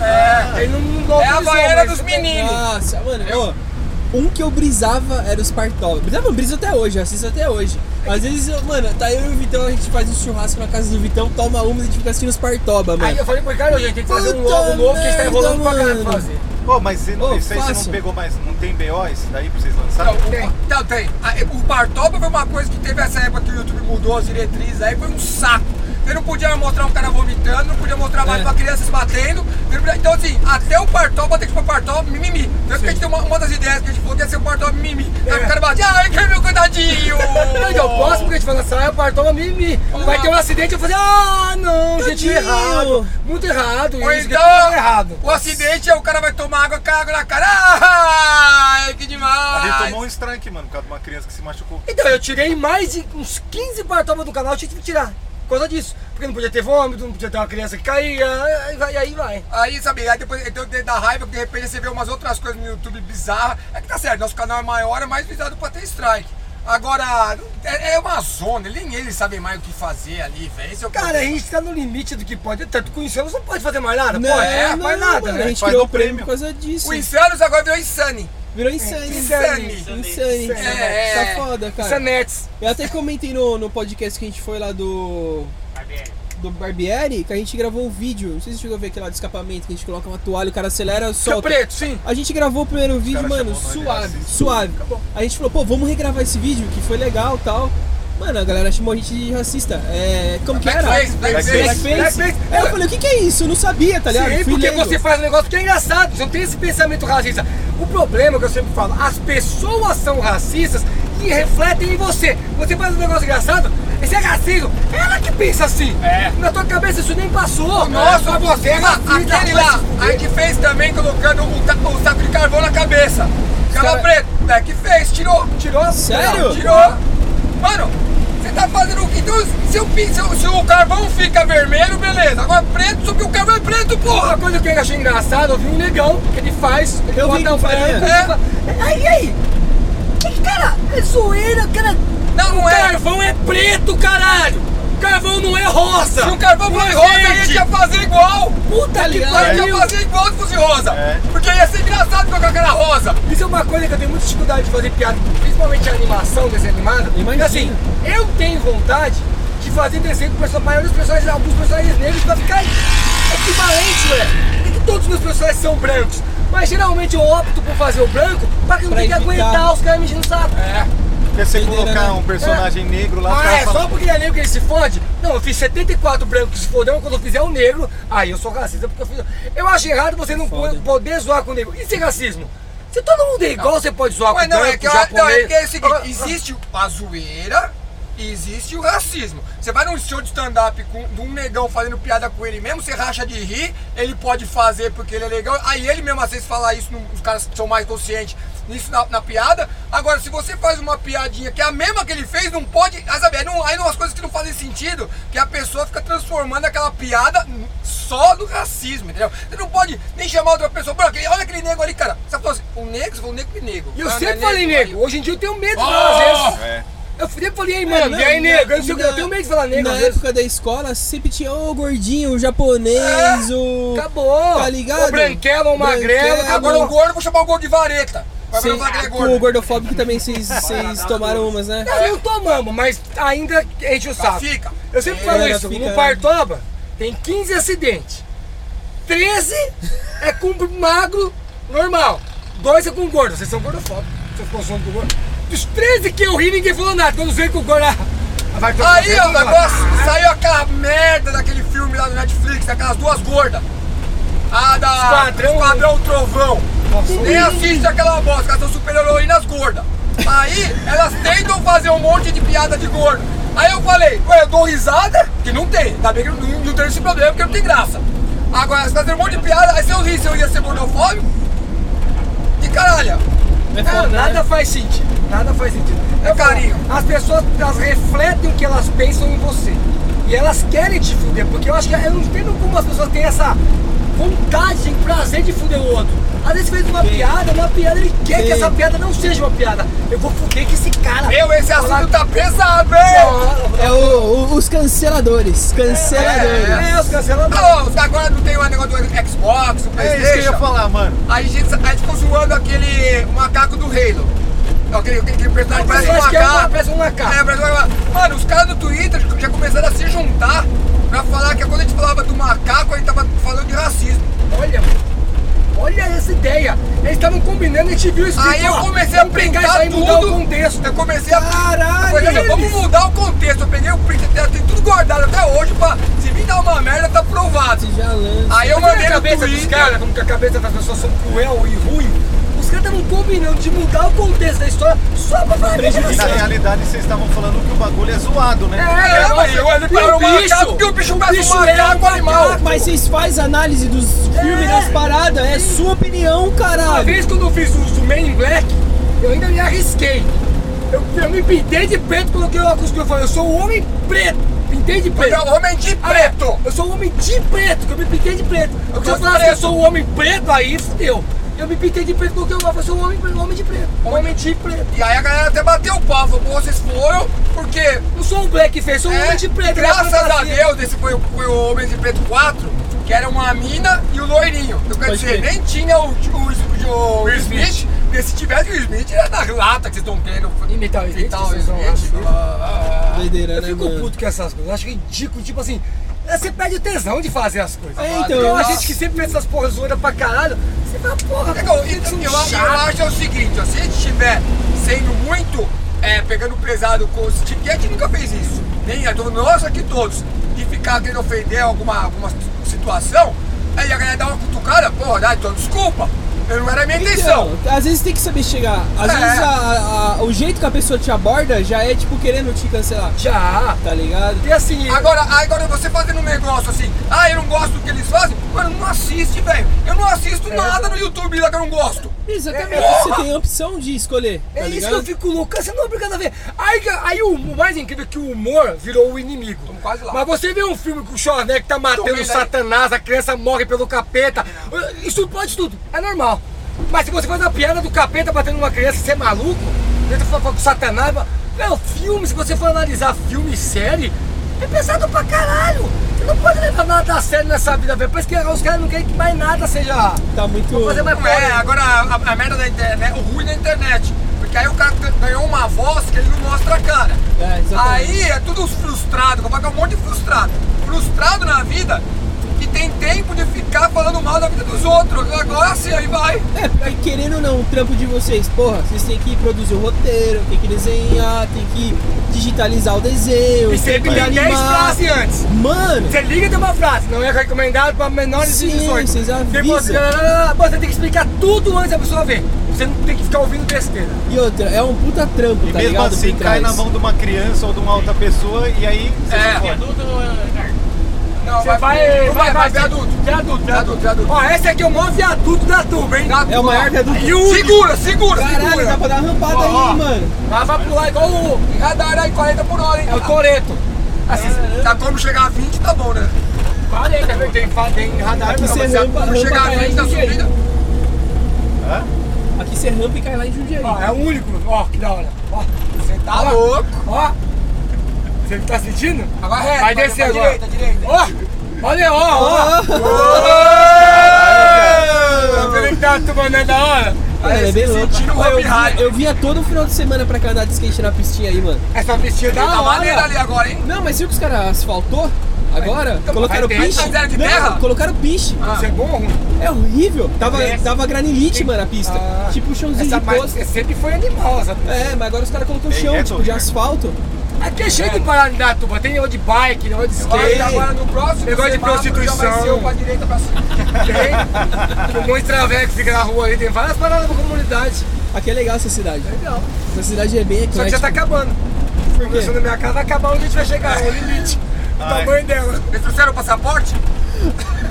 B: É, ele não, não
D: É a
B: autorizou,
D: Havaiana
B: mas-
D: dos meninos.
A: Nossa, mano, ó, um que eu brisava era os Partol. Brisava, briso até hoje, eu assisto até hoje. Às vezes, eu- mano, tá eu e o Vitão, a gente faz um churrasco na casa do Vitão, toma uma e a gente fica assistindo os Partoba, mano.
B: Aí eu falei pro Ricardo, gente, tem que fazer um
A: Puta
B: logo novo que a gente tá
A: merda,
B: enrolando pra caralho pra
A: mano.
B: fazer.
C: Pô, mas você-
A: Ô,
C: isso aí você
A: fácil.
C: não pegou mais, não tem BO isso daí pra vocês lançarem?
D: Não, tem.
B: Tem.
D: Então, tem. A- O Bartoba foi uma coisa que teve essa época que o YouTube mudou as diretrizes, aí foi um saco. Você não podia mostrar um cara vomitando, não podia mostrar mais
A: É.
D: uma criança se batendo. você não podia- Então, assim, até o Bartoba tem que ser o Bartoba mimimi. Tanto que a gente tem uma, uma das ideias que a gente falou que ia ser o Bartoba mimimi. Aí o cara bate, ai, que meu coitadinho!
B: Não, então, o próximo que a gente vai lançar é o Partoma Mimi. Vai ter um acidente, eu vou fazer, ah, não, gente,
A: Tadinho.
B: errado. Muito errado.
D: Ou
B: isso, que
D: então,
B: tudo errado.
D: o acidente é o cara vai tomar água, cai água na cara. Ah, Ai, que
C: A gente
D: demais!
C: tomou um strike, mano, por causa de uma criança que se machucou.
B: Então, eu tirei mais de uns 15 Partoma do canal, eu tive que tirar. Por causa disso. Porque não podia ter vômito, não podia ter uma criança que caía, e vai- e aí vai.
D: Aí, sabe, aí depois então, dentro da raiva, que de repente você vê umas outras coisas no YouTube bizarras. É que tá certo, nosso canal é maior, é mais visado pra ter strike. Agora, é, é uma zona, nem eles sabem mais o que fazer ali, velho. Esse é o
B: Cara, a gente tá no limite do que pode. Tanto com isso, você não pode fazer mais nada,
A: Não,
B: pode? É,
A: não,
B: mais nada,
A: mano,
B: né?
A: A gente
C: Faz
A: criou
C: o
A: o prêmio
C: prêmio.
A: por causa disso.
D: o Insanos agora virou Insane.
A: Virou insane.
D: Insane.
A: Insane.
B: Insane.
A: É, Tá
D: É.
A: foda, cara.
B: Isso é Nets.
A: Eu até comentei no, no podcast que a gente foi lá do.
E: Barbieri.
A: Do Barbieri, que a gente gravou um vídeo. Não sei se você chegou a ver aquele lá de escapamento, que a gente coloca uma toalha, o cara acelera,
B: Fica
A: solta.
B: preto, sim.
A: A gente gravou o primeiro vídeo,
C: cara
A: mano,
B: assim,
C: chamou nós de
A: suave,
B: Tá
C: racista.
A: suave. A gente falou, pô, vamos regravar esse vídeo, que foi legal tal. Mano, a galera chamou a gente de racista. É. Como que era?
D: Blackface, blackface.
A: Blackface.
B: Blackface.
A: Aí eu falei, o que, que é isso? Eu não sabia, tá ligado?
B: Sim,
A: Fui
B: porque
A: lendo.
B: você faz um negócio que é engraçado, você não tem esse pensamento racista. O problema é que eu sempre falo, as pessoas são racistas e refletem em você. Você faz um negócio engraçado, esse é racismo, ela que pensa assim.
E: É.
B: Na tua cabeça isso nem passou.
D: Nossa,
B: Mas
D: você é
B: racista,
D: aquele
B: vai
D: lá.
B: se fuder.
D: A gente fez também colocando um, ta- um saco de carvão na cabeça. Cara
B: cara-
D: preto, é que fez, tirou. Tirou?
A: Sério?
D: Tirou. Mano, você tá fazendo o que? Então, se, o pi- se o- se o carvão fica vermelho, beleza. Agora preto, só que o carvão é preto,
B: Uma
D: porra.
B: coisa que eu achei engraçado, eu vi um negão que ele faz, ele
A: Eu vi
B: bota
A: que
B: um
A: faria.
B: branco. É. Aí, aí? Que cara, é zoeira, cara.
D: Não, não
B: o
D: é.
B: carvão é preto, caralho! Carvão não é rosa!
D: Se o carvão fosse
B: Não é
D: rosa, a gente
B: verde. é
D: ia fazer igual.
B: Puta
A: Tá
B: que
D: A gente ia
B: pariu!
D: fazer igual se fosse rosa. Porque ia ser engraçado colocar aquela rosa.
B: Isso é uma coisa que eu tenho muita dificuldade de fazer piada, principalmente a animação, desenho animado.
A: Imagina.
B: Assim, eu tenho vontade de fazer desenho com a maioria dos personagens, alguns personagens negros, pra ficar equivalente, ué. Por que que todos os meus personagens são brancos? Mas geralmente eu opto por fazer o branco pra que eu não
A: Pra
B: tenha que
A: evitar.
B: aguentar os caras me enchendo o saco.
C: Porque você
A: Entenderam,
C: colocar
A: né?
C: um personagem negro lá, tá
B: Ah,
C: pra
B: é só porque ele é negro que ele se fode? Não, eu fiz 74 brancos que se foderam, quando eu fizer um negro, aí eu sou racista porque eu fiz. Eu acho errado você não
A: Foda.
B: po- poder zoar com o negro. Isso é racismo. Se todo mundo é igual, você pode zoar
D: Mas
B: com o
D: não,
B: branco,
D: é que eu- não, é
B: japonês. Ah,
D: porque é o seguinte,
B: Agora,
D: existe a zoeira e existe o racismo. Você vai num show de stand-up com de um negão fazendo piada com ele mesmo, você racha de rir, ele pode fazer porque ele é legal, aí ele mesmo às vezes fala isso, não- os caras são mais conscientes nisso na, na piada. Agora, se você faz uma piadinha que é a mesma que ele fez, não pode. ah, Sabe, aí, não, aí umas coisas que não fazem sentido, que a pessoa fica transformando aquela piada n- só no racismo, entendeu? Você não pode nem chamar outra pessoa, "Bro, aquele- olha aquele nego ali, cara. Você falou assim, o negro, você falou negro que negro.
B: E eu
D: Ah, não é
B: sempre falei
D: negro.
B: negro. Hoje em dia eu tenho medo de
D: Oh!
B: falar às vezes.
C: É.
B: Eu sempre falei, aí,
A: Mano,
B: mano, e aí,
A: na-
B: negro? Eu, não sei o que, eu
A: na-
B: tenho medo de falar negro
A: Na
B: às vezes.
A: época da escola, sempre tinha o gordinho, o japonês, o.
B: Ah, Acabou.
A: Tá ligado?
B: O branquelo, é o magrelo,
A: Branquelo.
D: Agora
B: acabou.
D: o gordo, eu vou chamar o gordo de vareta. Vai
A: Cê-
D: pra não falar que ele é
A: com o
D: gordo.
A: gordofóbico também vocês vocês tomaram umas, né?
B: Nós não tomamos, mas ainda é enche o saco.
D: fica.
B: Eu sempre
D: É,
B: falo
A: ainda
B: isso,
A: fica.
B: no Partoba tem 15 acidentes. 13 é com magro normal. Dois é com gordo. Vocês são gordofóbicos. Vocês ficam zoando um com gordo. Dos 13 que eu ri, ninguém falou nada. Quando veio com o gordo, ah, vai tomar
D: Aí,
B: banho,
D: ó,
B: vamos lá.
D: negócio, saiu aquela merda daquele filme lá do Netflix, daquelas duas gordas. A da
B: Esquadrão- né?
D: Esquadrão Trovão.
B: Nossa,
D: Nem assiste aquela bosta, elas são super heroínas gordas. Aí elas tentam fazer um monte de piada de gordo. Aí eu falei, ué, eu dou risada, que não tem, ainda bem que não, não tem esse problema, porque não tem graça. Agora, elas fazem um monte de piada, aí se eu risse eu ia ser gordofóbico? Que caralho,
A: É
B: Não,
A: foda, né?
B: nada faz sentido. Nada faz sentido.
D: é carinho.
B: As pessoas elas refletem o que elas pensam em você. E elas querem te fuder, porque eu acho que eu não entendo como as pessoas têm essa vontade, tem prazer de fuder o outro. Às vezes fez uma piada, uma piada, ele quer que
A: Sim.
B: essa piada não seja uma piada. Eu vou fuder com esse cara.
D: Meu, esse assunto tá pesado, hein?
A: É o- o- os canceladores. Canceladores.
B: É, é, os canceladores.
D: Ah, ó, agora não tem o negócio do Xbox, o
C: É isso que eu ia
D: Playstation.
C: falar, mano.
D: A gente, a gente ficou zoando aquele o macaco do Halo. Aquele, aquele, aquele personagem
B: Mas
D: parece
B: eu
D: um
B: acho que é uma-
D: macaco.
B: parece um macaco.
D: É, parece um macaco. Mano, os caras do Twitter já começaram a se juntar pra falar que quando a gente falava do macaco, a gente tava falando de racismo.
B: Olha, olha essa ideia. Eles estavam combinando, a gente viu isso.
D: Aí eu comecei
B: pegar
D: a brincar
B: isso aí e mudar o
D: tudo.
B: contexto.
D: Eu comecei a.
A: Caralho,
D: Eu falei, vamos
A: eles-
D: mudar o contexto. Eu peguei o print, eu tenho tudo guardado até hoje pra. Se vir dar uma merda, tá provado.
A: Você já lança.
D: Aí eu
B: Mas olha
D: mandei
B: a
D: no
B: cabeça dos
D: Twitter.
B: caras, como que a cabeça das pessoas são cruel e ruim. Os caras estavam combinando de mudar o contexto da história só pra falar que
C: E na realidade vocês estavam falando que o bagulho é zoado, né?
D: É,
B: É,
D: mas
B: mas
D: eu olhei
B: e
D: para
B: o
D: o macaco,
B: bicho?
D: porque o bicho
B: O
D: parece
B: bicho
D: um
B: é um
D: macaco animal.
B: macaco.
A: Mas vocês fazem análise dos filmes, das paradas, é sua opinião,
B: Uma
A: caralho.
B: vez quando eu fiz o do Man in Black, eu ainda me arrisquei. Eu, eu me pintei de preto, coloquei o óculos que eu falei, eu sou o homem preto. Pintei de
D: Porque
B: preto.
D: é um homem de preto.
B: Eu sou o homem de preto, que eu me pintei de preto. Eu se eu
D: gosto de
B: falasse que eu
D: preto.
B: sou o homem preto, aí fudeu. Eu me pintei de preto, coloquei o óculos, eu sou o homem, o homem de preto. O homem de preto.
D: E aí a galera até bateu o pau, falou, pô, vocês foram, porque...
B: Não sou um blackface, sou um
D: é,
B: homem de preto. né?
D: graças a
B: Fantasia.
D: Deus, esse foi, o- foi o Homem de Preto 4, que era uma mina e o loirinho. Então quer
A: Pode
D: dizer,
A: crer.
D: nem tinha o, o, o, o Will Smith, porque se tivesse o Will Smith, era da lata que vocês estão tendo.
B: Imitar o Smith,
D: Imitar o
B: vocês são
D: Smith,
B: racistas.
D: ah, ah,
A: Doideira,
B: Eu
A: né,
B: fico
A: mano?
B: puto com essas coisas. Eu acho ridículo, tipo assim, você perde o tesão de fazer as coisas.
A: É, então,
B: a
A: nossa.
B: gente que sempre fez essas porras zoeiras pra caralho, você é um fala, porra,
D: Legal,
B: por que que
D: então,
B: são
D: eu, acho- eu
B: chatos?
D: acho é o seguinte, ó, se a gente estiver sendo muito é, pegando pesado com os tipo, e a gente nunca fez isso. Nem é eu tô- nós aqui todos. De ficar querendo ofender alguma, alguma situação, aí a galera dá uma cutucada, porra, dá, então desculpa. Eu não era a minha intenção.
A: Então, às vezes tem que saber chegar. Às
D: É.
A: vezes a- a- o jeito que a pessoa te aborda já é tipo querendo te cancelar.
B: Já.
A: Tá ligado?
B: E assim,
D: Agora, agora você fazendo um negócio assim, ah, eu não gosto do que eles fazem, mano, não assiste, velho. Eu não assisto nada no YouTube lá que eu não gosto.
A: Exatamente.
D: É.
A: Você tem a opção de escolher. Tá
B: é isso que
A: ligado?
B: eu fico louco, você não é obrigado a ver. Aí, que- aí o, o mais incrível é que o humor virou o inimigo.
D: Tamo quase lá.
B: Mas você vê um filme com o Schwarzenegger que tá matando
D: vendo
B: o
D: aí.
B: satanás, a criança morre pelo capeta. Isso pode tudo, é normal. Mas se você faz uma piada do capeta batendo numa criança, você é maluco? Você fala com o satanás, mas- Meu, filme, se você for analisar filme e série, é pesado pra caralho. Você não pode levar nada a sério nessa vida, velho. Parece que os caras não querem que mais nada seja...
A: Tá muito.
B: fazer mais-
D: Não é, agora a, a merda da internet, o ruim da internet. Porque aí o cara gan- ganhou uma voz que ele não mostra a cara.
A: É, exatamente.
D: aí é tudo frustrado, como é que é um monte de frustrado. Frustrado na vida e tem tempo de ficar falando mal da vida dos outros. Agora sim, aí vai.
A: É, porque querendo ou não, o trampo de vocês, porra, vocês têm que produzir o roteiro, tem que desenhar, tem que digitalizar o desenho.
B: E sempre
A: tem que
B: tem 10
A: animar.
B: frases antes.
A: Mano!
B: Você liga e tem uma frase, não é recomendado para menores
A: Sim,
B: de 18.
A: vocês avisam.
B: Depois, ah, você tem que explicar tudo antes da pessoa ver. Você não tem que ficar ouvindo besteira.
A: E outra, é um puta trampo,
C: E
A: tá
C: mesmo
A: ligado?
C: assim
A: Por
C: cai
A: trás.
C: na mão de uma criança ou de uma outra pessoa e aí.
E: É
D: É,
E: adulto, Ricardo?
D: não,
B: Você vai,
D: não
B: vai, vai,
D: viaduto.
B: viaduto. Viaduto,
D: Viaduto,
B: viaduto.
D: viaduto.
B: Ó, esse aqui é o maior viaduto da tuba, hein?
A: É o maior viaduto.
B: E o
D: Segura, segura,
A: Caralho, dá
D: segura.
A: pra dar uma rampada aí,
B: Ó, ó.
A: mano.
B: Lá vai pular igual o.
D: Radar aí 40 por hora, hein?
B: É o Toreto. Assim,
D: Tá como chegar a 20, tá bom, né?
B: 40, viu? Tem, fa- tem radar.
A: Aqui
B: não,
A: você
B: mas é-
A: rampa,
D: Como
A: rampa
D: chegar a tá
A: cai lá
D: 20 na
A: em Jundiaí.
D: subida.
A: Aqui você rampa e cai lá em Jundiaí.
B: Ó, é o único, ó, que da hora. Ó, você tá
D: Tá
B: lá.
D: louco.
B: Ó, você tá sentindo?
D: Agora reto.
B: Vai descer
D: pra
B: agora.
D: Direita, direita.
B: Ó, olha, ó, ó. Tá vendo que tá tomando é da hora?
A: Cara, é bem louco.
D: sentindo um
A: Ó, eu,
D: Hopi Hari.
A: via, eu via todo final de semana pra cá andar de skate na pistinha aí, mano.
B: Essa pistinha é da
D: Tá maneiro
B: hora.
D: ali agora, hein?
A: Não, mas viu que os caras asfaltou? Agora?
B: Então,
A: colocaram
B: vai ter-
A: piche?
D: mas era de
A: Não,
D: terra?
A: colocaram piche.
B: Isso é bom ou ruim?
A: É horrível. Tava,
B: Desce.
A: tava granilite, mano, a pista.
B: Ah.
A: tipo um chãozinho
B: Essa
A: de
B: mais-
A: posto.
B: sempre foi animal, essa pista.
A: É, mas agora os caras colocam
C: Tem
A: chão,
C: reto,
A: tipo, de
C: Ricardo?
A: asfalto.
B: Aqui é cheio de Paranidatuba, tem negócio de bike, negócio de
D: Vai
B: skate.
D: agora no próximo.
B: Negócio de
D: semáforo, Já vai
B: prostituição.
D: ser o pra direita, pra cima.
B: Tem. Tem um monte de traveco que fica na rua ali, tem várias paradas pra comunidade.
A: Aqui é legal essa cidade.
B: Legal.
A: Essa cidade é bem aqui.
B: Só que já tá acabando. Começando na minha casa, vai acabar onde a gente vai chegar, é o limite. O
D: tá
C: Ai.
B: tamanho dela.
D: Eles trouxeram o passaporte?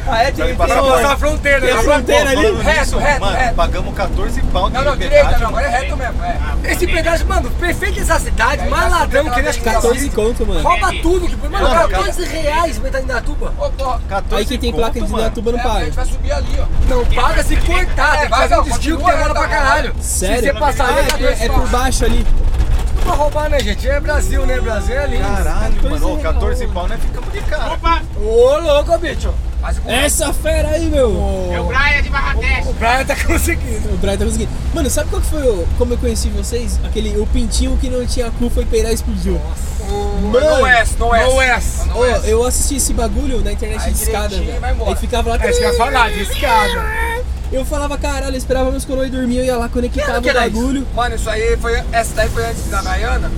B: Ah, é? Tem
C: Vai
B: que
C: passar por-
B: passar a fronteira.
A: Tem a
B: né?
A: fronteira ali.
C: Falando
D: Reto,
C: nisso,
D: reto,
C: mano,
D: reto.
C: pagamos 14 pau de
D: Não, não,
C: liberdade,
D: direita não,
C: mano.
D: agora é reto mesmo. É.
B: Esse pedaço, mano, prefeito dessa cidade,
D: Aí
B: mais
D: tá
B: ladrão
D: subindo
B: que ele acha que
A: 14 conto, mano.
B: Rouba tudo, que mano,
C: Mano,
B: 14 reais pra entrar em Datuba.
D: Ô, porra.
C: 14
A: Aí quem tem placa de
C: conto, mano.
A: Datuba não
D: É, porque a
A: paga.
D: gente vai subir ali, ó.
B: Não paga se cortar, tem que
D: vai,
B: fazer um
D: não,
B: desvio que
D: continua,
B: demora
D: tá
B: pra
D: bom.
B: caralho.
A: Sério?
B: Se você passar
A: Ah,
B: ali,
A: é,
B: cadê
A: é por baixo ali.
B: pra roubar, né, gente? É Brasil, né? Brasil é lindo.
C: Caralho, mano, ô, 14
A: real.
C: pau, né? Ficamos de cara.
E: Opa,
B: Ô, louco, bicho.
D: Mas com
A: Essa fera aí, meu.
E: é o Brian de Barra
B: O
E: Teste.
B: Brian tá conseguindo.
A: O Brian tá conseguindo. Mano, sabe qual que foi o, como eu conheci vocês? Aquele, o pintinho que não tinha cu foi peirar e explodiu.
D: o
A: Mano,
D: No
B: é
D: West, No West.
B: No
C: é
B: West.
D: No
A: Ô,
D: West.
A: eu assisti esse bagulho na internet
D: é assim. Aí
A: de escada.
D: direitinho, vai embora.
A: Aí ficava lá.
B: É isso que eu ia falar, de escada.
A: Eu falava, caralho, eu esperava meus coroas dormir, eu ia lá, conectava
D: Que
A: o
D: era isso?
A: bagulho.
D: Mano, isso aí foi. Essa daí foi antes da Mariana?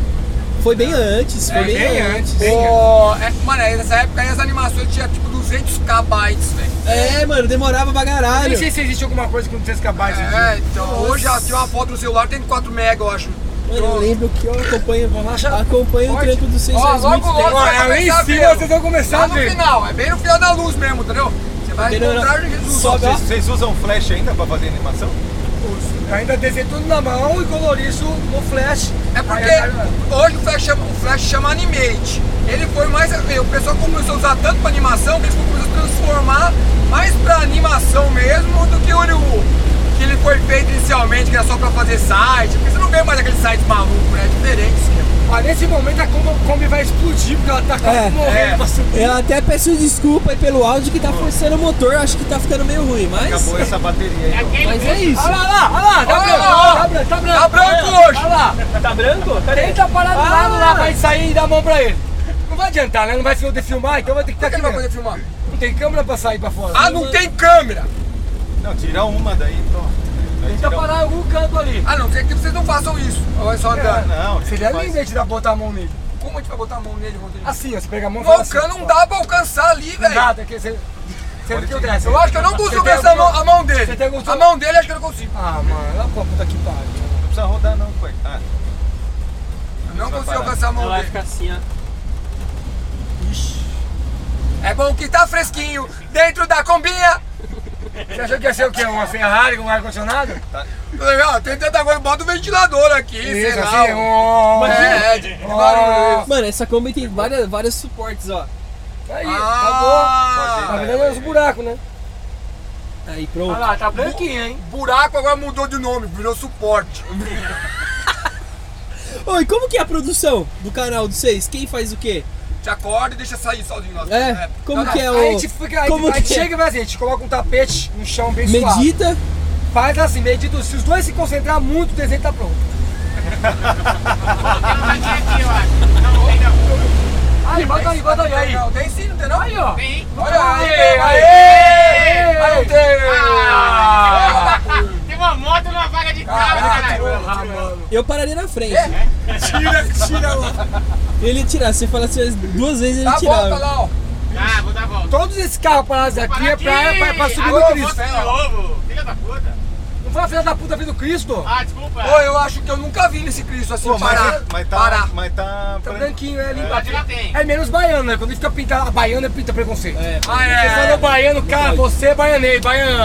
A: Foi bem antes, foi
B: É,
A: bem,
B: bem
A: antes.
B: antes.
D: Ô, é, mano, aí nessa época aí as animações tinha tipo 200k bytes, velho.
A: É, mano, demorava pra
B: Eu
A: caralho.
B: Nem sei se existe alguma coisa com 200 KB.
D: É, então, hoje já tinha uma foto no celular, tem 4 mega, eu acho.
A: Mano, eu lembro que eu acompanho,
B: Relaxa.
A: acompanho o
B: Forte.
A: trampo do
D: Ó,
A: 6
D: logo, logo.
B: Agora, é lá em cima vocês vão começar
D: Lá
B: a
D: no
B: ver.
D: final, é bem no final da luz mesmo, entendeu? Você vai
A: Entendeu?
D: encontrar
B: né?
D: Jesus.
A: Sobe, ó.
C: Vocês, vocês usam flash ainda pra fazer animação?
B: Eu ainda desenho tudo na mão e colori isso no flash.
D: É
B: Aí, aí, aí.
D: porque hoje o Flash chama, o Flash chama Animate. Ele foi mais. O pessoal começou a usar tanto pra animação que ele começou a transformar mais pra animação mesmo do que o, o que ele foi feito inicialmente, que era só pra fazer site. Porque você não vê mais aquele site maluco, né? É diferente isso aqui.
B: Mas nesse momento a Kombi, Kombi vai explodir porque ela tá quase
A: É,
B: morrendo
D: é.
B: pra subir.
A: Eu até peço desculpa aí pelo áudio que tá forçando o motor, acho que tá ficando meio ruim, mas.
C: Acabou essa bateria
E: É
C: aí. ó.
E: aquele
A: Mas é isso.
B: Olha lá, olha lá, tá
D: Olha
B: branco,
D: lá, ó.
B: tá branco, tá branco.
D: Tá branco
B: Olha lá,
D: hoje.
B: Olha lá,
A: Tá branco? Cadê?
B: tenta parar do
A: Ah.
B: lado lá, vai sair e dar a mão pra ele. Não vai adiantar, né? Não vai poder filmar, então vai ter que estar
D: Será que
B: aqui
D: ele vai poder
B: mesmo.
D: filmar?
B: Não tem câmera pra sair pra fora.
D: Ah, não tem câmera!
C: Não, tira uma daí, pronto.
D: Então
B: Tenta parar em algum canto ali. É,
D: Ah, não, quer que vocês não façam isso. Olha só andando.
C: Não,
B: Seria
C: faz-
B: lindo a gente dar- botar a mão nele.
D: Como a gente vai botar a mão nele, Rodrigo?
B: Assim, ó, você pega a mão e
D: O Alcan não dá pra alcançar ali,
B: Não
D: velho.
B: dá, tem que ser. Você que eu
A: né?
B: desço.
D: Eu acho que eu não
B: Você
D: consigo
B: tem
D: alcançar a mão,
B: alguma-
D: a mão
B: Você tem algum
D: dele. A
B: tio-
D: mão dele acho que eu não consigo.
B: Ah, mano, olha pra puta que pariu.
C: Não precisa rodar não, coitado.
D: Eu não
C: Vai
D: consigo
C: parar.
D: alcançar a mão
E: Ela vai
D: dele.
E: ficar assim, ó.
D: É bom que tá fresquinho dentro da combinha.
B: Você achou que ia ser o quê? Uma Ferrari com um ar-condicionado?
D: Legal, Tá tem tanta coisa, bota o ventilador aqui, sei
B: Isso,
D: lá.
B: assim, um...
D: É, é, de, de barulho.
A: Mano, essa Kombi tem várias, vários suportes, ó.
B: Aí,
D: Ah,
B: acabou. Na verdade, é os buracos, né?
A: Aí,
B: Olha
A: pronto.
B: lá, tá branquinho, hein?
D: buraco agora mudou de nome, virou suporte.
A: Oi, como que é a produção do canal de vocês? Quem faz o quê?
D: Te acorda e deixa sair sozinho. lá.
A: É, como
D: tá,
A: que é
D: tá.
A: o-
B: Aí a gente, fica, aí,
A: Como
B: a gente
A: que é?
B: chega e faz assim, a gente coloca um tapete no chão bem suave.
A: Medita?
B: Faz assim, medita. Se os dois se concentrar muito, o desenho tá pronto.
E: Tem uma aqui, aqui, eu acho. Não, tem não.
B: Aí, bota aí, bota aí. aí.
D: Não, tem sim, não tem não? Aí, ó.
E: Tem.
D: Olha aí,
B: Aê,
D: aí.
B: aê,
D: Aí
B: aê.
D: tem.
E: Ah, Tem uma moto numa vaga de carro,
D: Caralho,
E: caralho.
D: porra, mano.
A: Eu pararia na frente.
B: É?
D: Tira, tira lá.
A: Ele ia tirar, se você fala assim, duas vezes
B: Tá
A: ele
D: Dá a volta
A: tirava.
D: lá, ó.
E: Ah, vou dar a volta.
B: Todos esses carros parados aqui é pra, pra, pra subir no
D: Alô,
B: Cristo.
E: Moto de novo. Filha da puta.
B: Não foi a filha da puta vir do Cristo?
E: Ah, desculpa.
D: Pô, eu acho que eu nunca vi nesse Cristo assim,
C: Pô, mas,
D: parar.
C: mas tá.
D: Parar.
C: Mas tá.
B: Tá branquinho, é limpo.
E: Lá tem.
B: É menos baiano, né? Quando ele fica pintado, baiano pinta preconceito.
A: É,
D: Ah,
B: Você
D: é.
B: falou baiano, cara, você é baianei,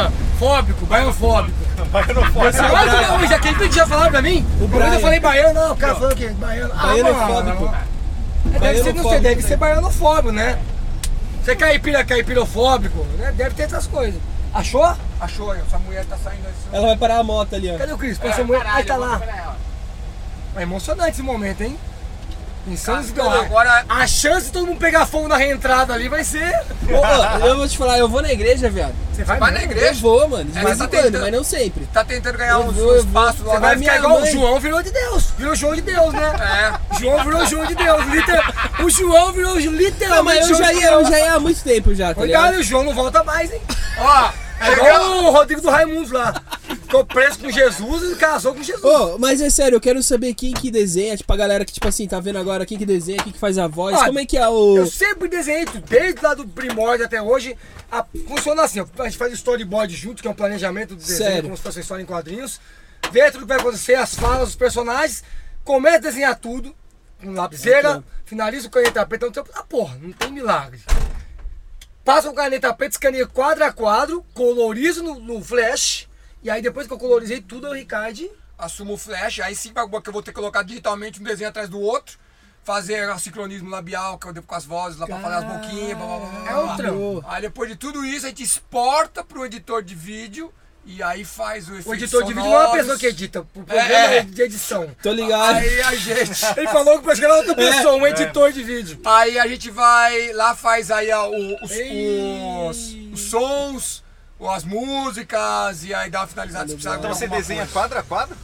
B: baianfóbico, baianfóbico.
C: Mas não pode.
B: Você olha que não, já quem pedia falar pra mim? O
A: Brian.
B: eu falei baiano, não, o cara falou que é baiano. Ah,
A: Baianofóbico.
B: mano. É, Deve ser, não sei,
A: Baianofóbico
B: deve
A: também.
B: ser baianofóbico, né? Você é caipira, é caipirofóbico, né? Deve ter essas coisas. Achou?
D: Achou aí, É, essa mulher tá saindo assim.
A: Ela vai parar a moto ali, ó.
B: Cadê o Cris? Passou a mulher. Ai, tá lá.
E: lá.
B: É emocionante esse momento, hein? Insano esse
D: Então,
B: galera.
D: agora
B: A chance de todo mundo pegar fogo na reentrada ali vai ser.
A: Ô, ô, eu vou te falar, eu vou na igreja, viado.
B: Você
D: vai na
B: mesmo? né?
A: Eu
D: igreja.
A: vou, mano, de
D: É,
A: vez
D: você
A: em
D: tá
A: quando,
D: tentando.
A: mas não sempre.
D: Tá tentando ganhar
A: Eu
D: uns,
A: vou, eu
D: uns passos
A: vou.
D: lá.
A: Você
D: né?
B: Vai
A: minha
B: ficar igual o
A: mãe.
B: João virou de Deus. Virou João de Deus, né?
D: É.
B: João virou João de Deus. liter- O João virou literalmente tá
A: Não, mas eu
B: João
A: já
B: de
A: ia, eu
B: Deus.
A: já ia há muito tempo já, tá
B: Cuidado,
A: ligado?
B: o João não volta mais, hein?
D: Ó,
B: É igual o Rodrigo do Raimundo lá. Ficou preso com Jesus e casou com Jesus.
A: Ô, mas é sério, eu quero saber quem que desenha, tipo, a galera que, tipo assim, tá vendo agora, quem que desenha, quem que faz a voz,
B: Ó,
A: como é que é o...
B: Eu sempre desenhei tudo, desde lá do primórdio até hoje. a- funciona assim, ó, a gente faz o storyboard junto, que é um planejamento do desenho,
A: Sério?
B: como se fosse uma história em quadrinhos. Vê tudo que vai acontecer, as falas, os personagens. Começa a desenhar tudo, com lapiseira,
A: Ok.
B: finaliza o caneta preta. Então, ah, porra, não tem milagre. Passa o caneta preta, escaneia quadro a quadro, colorizo no, no flash. E aí depois que eu colorizei tudo, eu Ricardo...
D: assumo o flash, aí sim bagulho que eu vou ter que colocar digitalmente um desenho atrás do outro. Fazer o sincronismo labial, que eu devo com as vozes lá pra falar as boquinhas, blá blá blá, blá.
B: É um trampo.
D: Aí depois de tudo isso, a gente exporta pro editor de vídeo e aí faz o efeito.
B: O editor de vídeo não é uma
D: sonoros.
B: pessoa que edita, o problema
D: É.
B: é de edição.
A: Tô ligado.
D: Aí a gente.
B: Ele falou que pra escrever
D: É.
B: outra pessoa, um editor de vídeo.
D: Aí a gente vai lá, faz aí a- o- os,
B: Ei.
D: os- os sons, as músicas, e aí dá uma finalizada se precisar.
C: Então você
D: alguma
C: desenha
D: coisa.
C: quadro a quadro?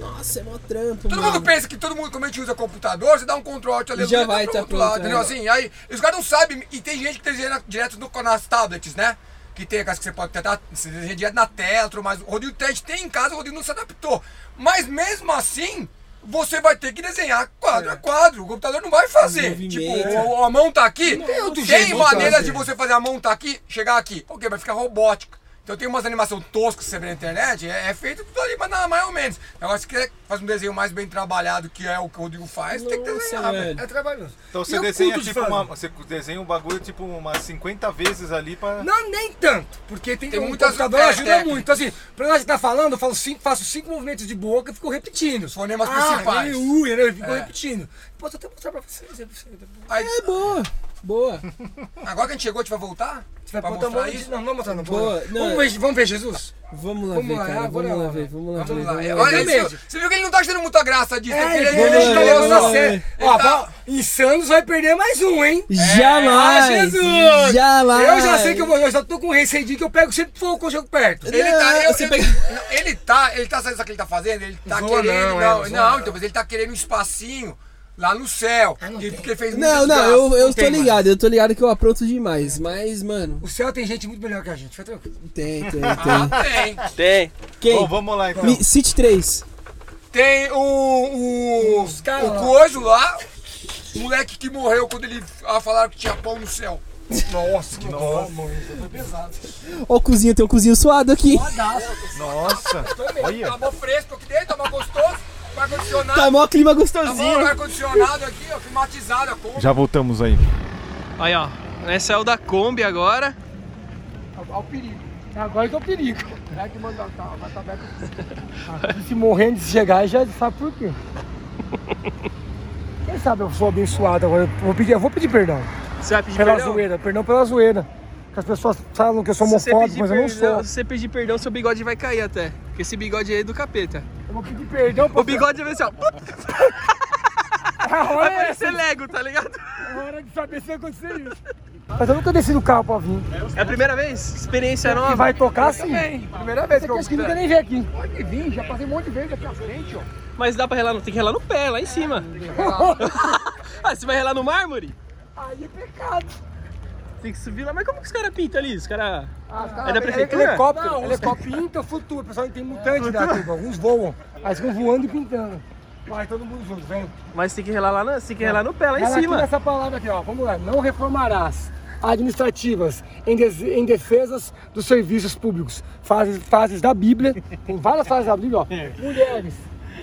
A: Nossa, é mó trampo,
D: Todo
A: mano.
D: mundo pensa que todo mundo, como a gente usa computador, você dá um control alt ali,
A: Já vai, tá
D: outro
A: pronto,
D: lado, entendeu?
A: é.
D: Assim, aí, os caras não sabem, e tem gente que desenha direto no, nas tablets, né? Que tem aquelas que você pode tentar, você desenha direto na tela, tudo mais. O Rodrigo Teste tem em casa, o Rodrigo não se adaptou. Mas mesmo assim, você vai ter que desenhar quadro a quadro, o computador não vai fazer.
A: É. Movimento.
D: Tipo, o- a mão tá aqui, tem,
B: outro jeito de
D: maneiras de
B: fazer.
D: você fazer a mão tá aqui, chegar aqui. Ok, vai ficar robótica. Então tem umas animações toscas que você vê na internet, é, é feito tudo ali, mas não, mais ou menos. Agora, se quer fazer um desenho mais bem trabalhado, que é o que o Rodrigo faz, tem que desenhar,
A: Nossa,
D: velho.
A: velho.
B: É trabalhoso.
C: Então
B: E
C: você
B: eu
C: desenha
B: curto de
C: tipo
B: fazer.
C: uma. Você desenha um bagulho tipo umas 50 vezes ali pra.
B: Não, nem tanto, porque tem,
D: Tem
B: um
D: muitas-
B: computador
D: é,
B: ajuda
D: técnica.
B: muito. Então, assim, pra nós que tá falando, eu falo cinco, faço cinco movimentos de boca e fico repetindo. Os
D: fonemas principais.
B: Ah, ui, né? Eu fico
D: É.
B: repetindo. Posso até mostrar pra vocês. pra vocês, pra vocês.
D: Aí,
A: É boa, boa.
D: tá É. agora que a gente chegou, a gente vai voltar?
B: Você vai
D: Pra
B: botar a mão
D: mostrar
B: de...
D: isso?
B: Não, não vou mostrar, não.
A: Boa,
B: Vamos,
A: não.
B: vamos, ver, vamos ver Jesus?
A: Vamos lá
B: Vamos
A: ver,
B: lá,
A: cara,
B: agora
A: vamos lá
B: lá,
A: ver, vamos lá ver.
D: Vamos lá. é,
A: ver.
D: Olha,
B: Exatamente.
D: isso, você viu que ele não tá achando muita graça disso. tem que ele- é-
B: ele-
A: vamos lá,
B: ele tá
A: vamos lá,
B: levando a
A: vamos lá.
B: sério. Ó,
D: Ele tá-
B: va- Insanos vai perder mais um, hein?
A: Jamais!
F: É,
B: Ah, Jesus!
A: Jamais!
B: Eu já sei que eu vou, eu já tô com receio de que eu pego sempre que for o jogo perto.
D: Ele
A: Não,
D: tá, eu-
A: você
D: eu-
A: pega-
D: não, ele tá, ele tá, sabe o que ele tá fazendo? Ele tá
B: Zoa
D: querendo,
B: não,
D: não,
B: é,
D: não,
B: zoa não.
D: então, mas ele tá querendo um espacinho lá no céu.
B: Ah, não
D: E
B: tem.
D: porque fez
A: Não,
D: muitas
A: não,
D: graças.
A: eu, eu
B: não
A: tô
B: tem, mano.
A: ligado, eu tô ligado que eu apronto demais, mas, mano,
B: O céu tem gente muito melhor que a gente, fica tranquilo.
A: tem, tem,
D: Ah,
A: tem.
D: tem.
F: Tem.
A: Quem?
C: Bom, vamos lá então.
A: Me- Cite 3.
D: Tem o. O,
B: Os caras
D: o
B: lá.
D: coiso lá, o moleque que morreu quando ele ah, falaram que tinha pão no céu.
B: Nossa, que nossa. Foi pesado.
A: Ó, o cozinho, tem um cozinho suado aqui.
F: tá
C: Nossa. Olha.
D: Tá mó fresco aqui dentro, tá mó gostoso, com ar-condicionado.
A: Tá mó clima
D: Tá bom,
A: gostosinho.
D: ar-condicionado aqui, ó, climatizado a porra.
C: Já voltamos aí.
F: Aí, ó. Nós saiu da Kombi agora.
B: Olha o perigo. Agora que é o perigo. Vai que mandar tá, vai tá aberto. Ah, se morrendo de chegar, já sabe por quê. Quem sabe eu sou abençoado agora. Eu vou pedir, eu vou pedir perdão.
F: Você vai pedir
B: Pela
F: perdão?
B: zoeira, perdão pela zoeira. Que as pessoas falam que eu sou
F: Se você
B: homofóbico,
F: pedir
B: mas eu não
F: perdão-
B: sou.
F: Se você pedir perdão, seu bigode vai cair até. Porque esse bigode aí é do capeta.
B: Eu vou pedir perdão pra
F: O bigode vai ser, assim, ó.
B: a hora,
F: Vai
B: é essa,
F: parecer Lego, tá ligado?
B: a hora de saber se vai acontecer isso. Mas eu nunca desci do carro pra vir.
F: É a primeira vez? Experiência
B: E
F: nova?
B: vai tocar sim.
F: Primeira vez
B: Você acha que é nunca nem veio aqui. Pode vir, já passei um monte de vez aqui à frente, ó.
F: Mas dá pra relar, no- tem que relar no pé, lá em cima. ah, você vai relar no mármore?
B: Aí é pecado.
F: Tem que subir lá. Mas como que os caras pintam ali? Os caras...
B: Ah, tá.
F: É da prefeitura?
B: Helicóptero, helicóptero pinta, flutua. O pessoal tem mutante da turma. Alguns voam, mas ficam voando e pintando. Vai todo mundo junto, vem.
F: Mas tem que relar lá, na- tem que relar no pé, lá em
B: Ela aqui
F: cima.
B: nessa palavra aqui, ó. Vamos lá. Não reformarás administrativas em, des- em defesas dos serviços públicos. Fases, fases da Bíblia. Tem várias fases da Bíblia, ó. Mulheres,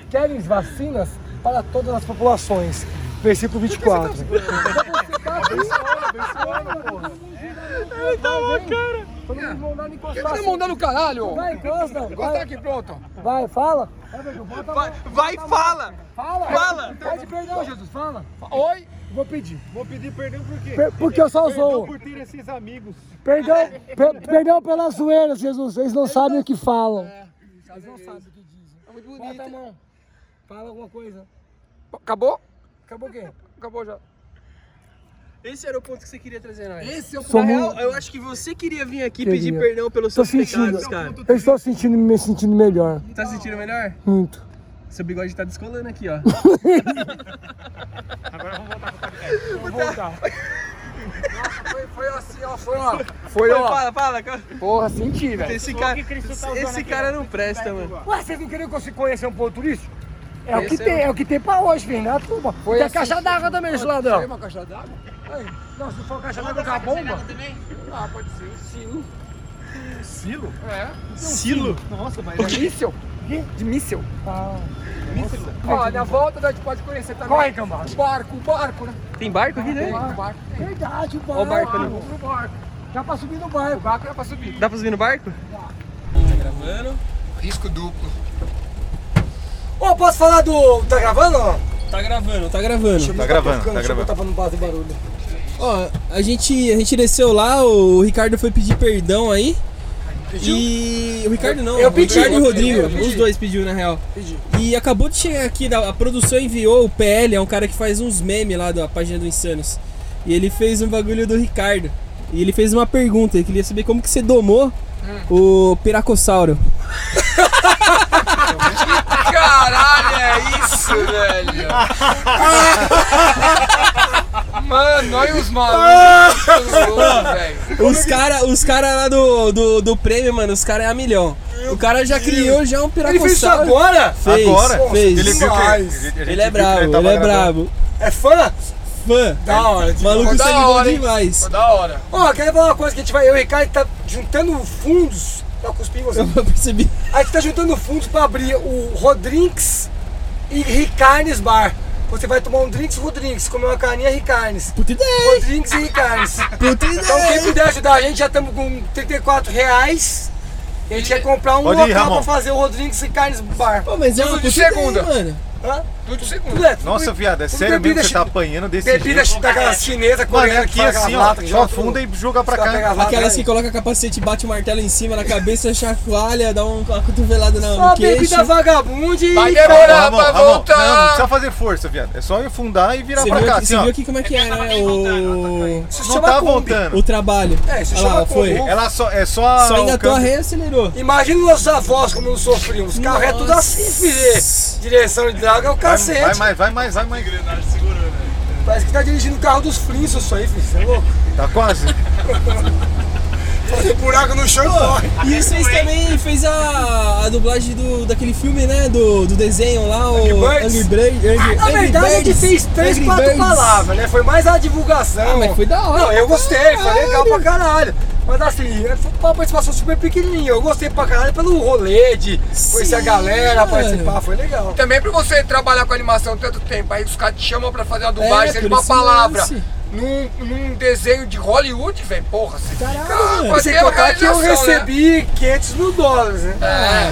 B: querem vacinas para todas as populações. Versículo
F: tá
B: 24. Ele tá bom, cara. Todo mundo mandando encostar. assim.
D: Tá mandando caralho!
B: Vai, encosta.
D: Tá
B: Vai,
D: aqui, pronto.
B: vai, fala.
F: Vai, vai e fala!
B: Fala.
F: Fala.
B: Pede perdão, Jesus. Fala.
D: Oi?
B: Vou pedir.
C: Vou pedir perdão por quê?
B: Per- Porque eu só zoo.
C: por ter esses amigos.
B: Perdão, per- perdão pelas zoeiras, Jesus. Eles não sabem o que falam. Eles não sabem o que dizem.
D: Tá muito
B: Bota a
D: bonito.
B: mão. Fala alguma coisa.
D: Acabou?
B: Acabou o quê?
D: Acabou já.
F: Esse era o ponto que você queria trazer, nós.
D: Esse é o
B: Sou
F: Na
B: mu-
F: real, eu acho que você queria vir aqui
B: Queria.
F: pedir perdão pelos
B: Tô
F: seus
B: sentindo.
F: pecados, cara.
B: Eu estou sentindo, me sentindo melhor.
F: Tá sentindo melhor?
B: Muito.
F: Seu bigode tá descolando aqui, ó.
D: Foi, foi assim, ó. Foi, ó.
F: Foi, fala, fala. cara.
D: Porra, senti, velho.
F: Esse cara, esse cara não presta, mano.
B: Ué, vocês não queriam que eu se conhecer um ponto turístico? É
D: Tá
B: o que
F: Esse é
B: tem, é o que tem pra hoje, filho, na turma. Tem a
D: assim
B: caixa
D: que-
B: d'água também desse lado, ó.
D: Tem uma caixa d'água?
B: Não, se for caixa d'água com a bomba.
D: Ah, pode ser. Silo. É.
C: Silo?
D: um
F: Silo?
C: Nossa, mas
D: De míssil? De míssil. Ó, na volta a gente pode conhecer também.
B: Corre, Gambá.
D: O barco, o barco, né?
F: Tem barco aqui, né?
D: O barco.
B: Verdade, o barco.
F: o barco ali.
B: O barco. Já pra subir no
D: O
B: barco.
D: barco dá pra subir. Tá
F: Dá pra subir no barco?
D: Risco duplo.
B: Ô, posso falar do... Tá gravando, ó?
A: Tá gravando, tá gravando.
C: Tá gravando, tá
B: Deixa eu
C: gravando.
B: botar pra não fazer barulho.
A: Ó, a gente, a gente desceu lá, o Ricardo foi pedir perdão aí. E o Ricardo não,
B: Eu
A: o
B: pedi,
A: Ricardo e
B: eu
A: o
B: pedi,
A: Rodrigo,
B: eu pedi.
A: os dois pediu na real.
B: Pedi.
A: E acabou de chegar aqui, da- a produção enviou o PL, é um cara que faz uns memes lá da página do Insanos. E ele fez um bagulho do Ricardo. E ele fez uma pergunta, ele queria saber como que você domou
B: Hum.
A: o piracossauro.
D: Caralho, é isso, velho! Mano, olha os malucos
B: Ah!
D: loucos, velho.
A: Os cara, os cara lá do, do, do prêmio, mano, os cara é a milhão. O cara já criou já um
B: Ele fez isso
A: piracossauro.
B: agora?
A: Fez,
C: Agora?
A: fez.
C: Ele viu que a
B: Demais.
C: gente viu que
A: Ele é bravo, ele,
C: tava
A: é
C: gravando. Tá
A: brabo.
B: É
D: Tá
B: fã?
A: Fã.
B: Da hora. tio.
A: Maluco
D: da
A: sangue bom
D: hora, hein?
A: demais.
D: Foi da hora.
B: Ó, quero falar uma coisa que a gente vai... Eu e o Ricardo tá juntando fundos... Tá cuspindo você.
A: Eu percebi.
B: A gente tá juntando fundos pra abrir o Rodrinks e Ricarnes Bar. Você vai tomar um drinks Rodrinks, comer uma carninha Ricarnes.
A: Puta ideia, hein?
B: Rodrinks e Ricarnes.
C: Tá
A: Puta
B: Então
A: ideia.
B: quem
A: hein?
B: puder ajudar a gente, já estamos com 34 reais. E a gente quer comprar um
C: Pode ir,
B: local
C: Ramon.
B: pra fazer o Rodrigues e Carnes Bar.
A: Pô, mas é uma
D: de
A: puta
D: segunda.
A: ideia, mano.
B: Hã?
D: Tudo segundo.
B: Tudo é, tudo
C: Nossa,
B: tudo
C: viado, é sério mesmo
B: bebida
C: que você tá
B: chi-
C: apanhando desse
B: Bebida
C: jeito?
B: chi- daquela chinesa,
C: Mano, é
B: coreana,
C: aqui assim, ó. Só afunda e joga pra cá.
A: Aquelas que coloca capacete, bate o martelo em cima na cabeça, chacoalha, dá um, uma cotovelada na- no
B: Só
A: queixo.
B: bebida vagabunda e...
D: Vai demorar pra
C: Não, não
D: voltar.
C: precisa fazer força, viado. É só eu afundar e virar
A: Você
C: pra
A: viu,
C: cá,
A: aqui,
C: assim,
A: você
C: ó.
A: viu aqui como é que é, né? O,
B: Isso
C: Não
B: chama
C: tá
B: Kombi.
C: voltando.
A: o trabalho.
B: É, isso
A: Olha
B: chama
A: lá, ó, foi.
B: combo.
C: Ela só, é só...
A: Só
C: o
A: engatou a
C: câmbio.
A: ré e acelerou.
B: Imagina os nossos avós como não sofriam. Os carros é tudo assim, filho. assim. Direção de draga é o
C: Vai,
B: cacete.
C: vai mais, vai mais, vai mais.
B: Parece que tá dirigindo o carro dos Flintstones isso aí, filho. Você é louco?
C: Tá quase.
B: Fazer buraco no chão, corre.
A: E vocês também fez a, a dublagem do, daquele filme, né? Do, do desenho lá, o
B: Birds? Ah,
A: Angry Bird- Angry-
B: Na
A: Angry
B: verdade, a gente
A: Birds,
B: fez três,
A: Angry
B: quatro
A: Birds.
B: palavras, né? Foi mais a divulgação.
A: Ah, mas foi da hora.
B: Não, eu gostei, foi legal
A: Caralho.
B: pra caralho. Mas assim, foi uma participação super pequenininha. Eu gostei pra caralho pelo rolê de conhecer a
A: Sim,
B: galera,
A: mano.
B: participar, foi legal.
D: Também é pra você trabalhar com animação tanto tempo, aí os caras te chamam pra fazer uma
A: É,
D: dublagem, seja
A: por
D: uma
A: esse
D: palavra.
A: lance.
D: Num, num desenho de Hollywood, velho, porra, você fica
A: Caralho,
D: com
A: mano.
D: a
B: Sem contar que eu
D: realização, né?
B: recebi 500 mil dólares, né?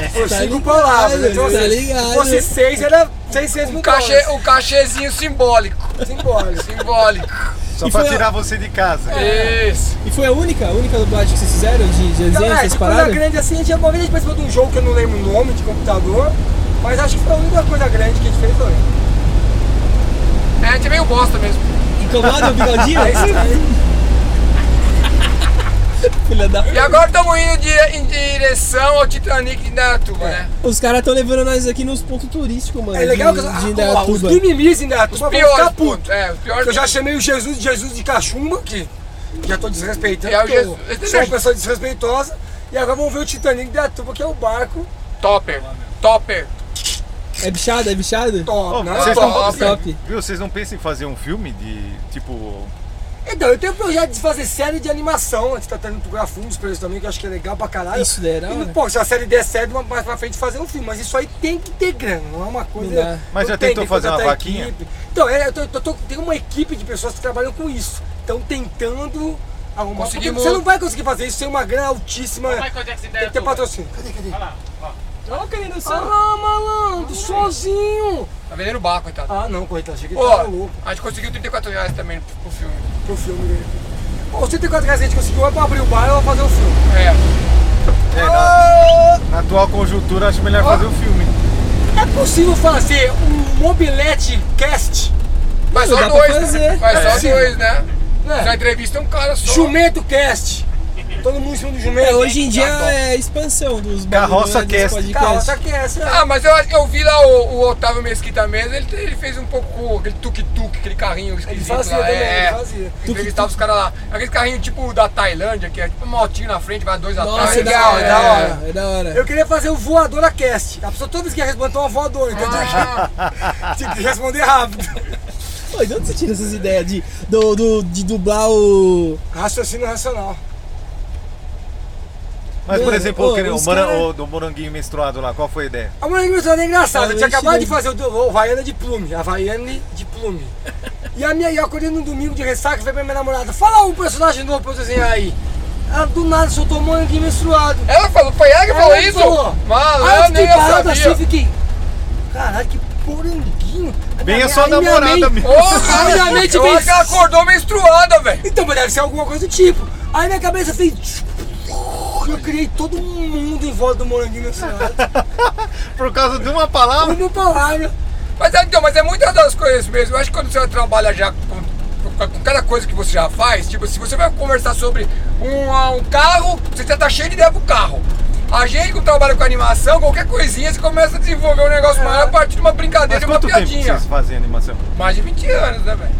D: É,
B: Por
A: tá
B: cinco
A: ligado,
B: palavras. né? Então,
A: tá
B: assim,
A: ligado.
B: Se fosse seis, era 600 mil
D: Um, cachê,
B: dólares.
D: um cachezinho simbólico.
B: Simbólico.
D: Simbólico.
C: Só
A: E
C: pra
A: foi a-
C: tirar você de casa.
D: Isso.
A: E foi a única, a única dublagem que vocês fizeram de, de desenho,
B: Então, é,
A: essas
B: de coisa
A: paradas?
B: grande assim, a gente, uma vez a gente participou de um jogo que eu não lembro o nome, de computador, mas acho que foi a única coisa grande que a gente fez também.
D: É, a gente é meio bosta mesmo.
A: Incomoda o bigodinho?
B: É isso aí.
A: Filha da...
D: E agora estamos indo de- em direção ao Titanic de Indaiatuba, né?
A: Os caras estão levando nós aqui nos pontos turísticos, mano.
B: É legal que
A: de,
B: eu-
A: de
B: ah, ó, os
A: Indaiatuba.
B: mimimis em Indaiatuba vão
D: Pior
B: ficar
D: puto.
B: Tá puto.
D: É, o pior
B: Eu já chamei o Jesus de Jesus de cachumba, que já tô desrespeitando,
D: É, o
B: porque eu
D: Jesus-
B: sou uma pessoa desrespeitosa. E agora vamos ver o Titanic de Indaiatuba, que é o barco
D: Topper. Topper.
A: É bichado, é bichado?
B: top.
C: Ô,
B: né?
C: Oh, vocês
B: Top.
D: tão-
A: Top.
C: Viu, vocês não pensam em fazer um filme de, tipo...
B: Então, eu tenho um projeto de fazer série de animação. A gente tá tendo procurar fundos pra isso também, que eu acho que é legal pra caralho.
A: Isso daí é da
B: E,
C: né?
A: hora.
B: Pô, se a série der certo, mais pra frente fazer um filme. Mas isso aí tem que ter grana, não é uma coisa.
A: Não dá.
C: Mas
B: Não
C: já
B: tem,
C: tentou
B: tem que
C: fazer uma
B: contratar
C: vaquinha?
B: equipe. Então, é, eu tô- tô- tô- tem uma equipe de pessoas que trabalham com isso. Estão tentando arrumar. porque
D: Conseguimos-
B: Você não vai conseguir fazer isso sem uma grana altíssima.
E: Michael Jackson
B: Tem que ter
E: Indaiatuba.
B: patrocínio. Cadê, cadê?
E: Olha lá, ó.
B: Olha querendo só. Ah, malandro, sozinho.
D: Tá vendendo barco, coitado.
B: Ah, não, coitado, achei que ele
D: Pô,
B: tava louco.
D: a gente conseguiu 34 reais também pro, pro filme.
B: pro um filme dele. Os 34 reais que a gente conseguiu é pra abrir o bar ou fazer o filme.
D: É.
C: É, na,
B: Ah!
C: na atual conjuntura, acho melhor fazer o filme.
B: É possível fazer um mobilete cast,
D: Mas
A: Não,
D: só
A: dá pra
D: dois, né?
A: fazer.
D: Mas
B: É,
D: só
B: sim.
D: dois, né? Já
B: né?
D: entrevista um cara só.
B: Jumento cast. Todo mundo em cima do jumento.
A: É, hoje em dia
D: Tá bom.
A: é a expansão dos
C: Carroça
A: bagulho, né, dos
C: Cast.
B: Cara,
A: podcasts.
B: só que essa é
D: Ah, mas eu, acho que eu vi lá o, o Otávio Mesquita mesmo, ele, ele fez um pouco com aquele tuk-tuk, aquele carrinho esquisito
B: fazia
D: lá.
B: também,
D: é,
B: ele fazia.
D: Entrevistava os caras lá. Aquele carrinho tipo da Tailândia, que é tipo um motinho na frente, vai dois atrás.
A: Nossa, é da
B: legal,
A: hora,
B: é da
A: É da hora.
B: Eu queria fazer o voadora cast. A pessoa toda vez que ia responder uma voadora, então eu tinha que responder rápido.
A: Pô, de onde você tira essas ideias de, do, do- de dublar o.
B: Raciocínio racional.
C: Mas, por
A: Mano,
C: exemplo,
A: ô,
C: o, que- o
A: os
C: moran-
A: cara-
C: o do moranguinho menstruado lá, qual foi a ideia?
B: A mulher engraçada é engraçada. Eu tinha
A: Ixi,
B: acabado de
A: né?
B: fazer o, do- o Havaiana de plume. Havaiane de plume. E a minha, e eu acordei no domingo de ressaca e falei pra minha namorada: fala um personagem novo pra eu desenhar aí. Ela do nada soltou um manguinho menstruado.
D: É. Ela falou, foi ela que
B: Ela
D: falou
B: que
D: isso?
B: falou. Aí eu
D: Malandro,
B: fiquei
D: nem eu
B: parado assim
D: sabia.
B: e fiquei. Caralho, que poranguinho.
C: Bem
B: Aí
C: a sua
B: minha
C: namorada,
B: mente-
C: amigo.
D: Porra,
B: Aí minha mente
D: eu acho que ela
B: fez.
D: acordou menstruada, velho.
B: Então, mas deve ser alguma coisa do tipo. Aí minha cabeça fez. Eu criei todo mundo em volta do moranguinho menstruado.
C: Por causa de uma palavra?
B: Uma palavra.
D: Mas, é, então, mas é muitas das coisas mesmo. Eu acho que quando você trabalha já com, com cada coisa que você já faz, tipo, se você vai conversar sobre um, ah, um carro, você já tá cheio de ideia pro carro. A gente que trabalha com animação, qualquer coisinha, você começa a desenvolver um negócio maior a partir de uma brincadeira,
C: Mas
D: de uma
C: quanto tempo
D: piadinha.
C: vocês fazem animação?
D: Mais de 20 anos, né, velho?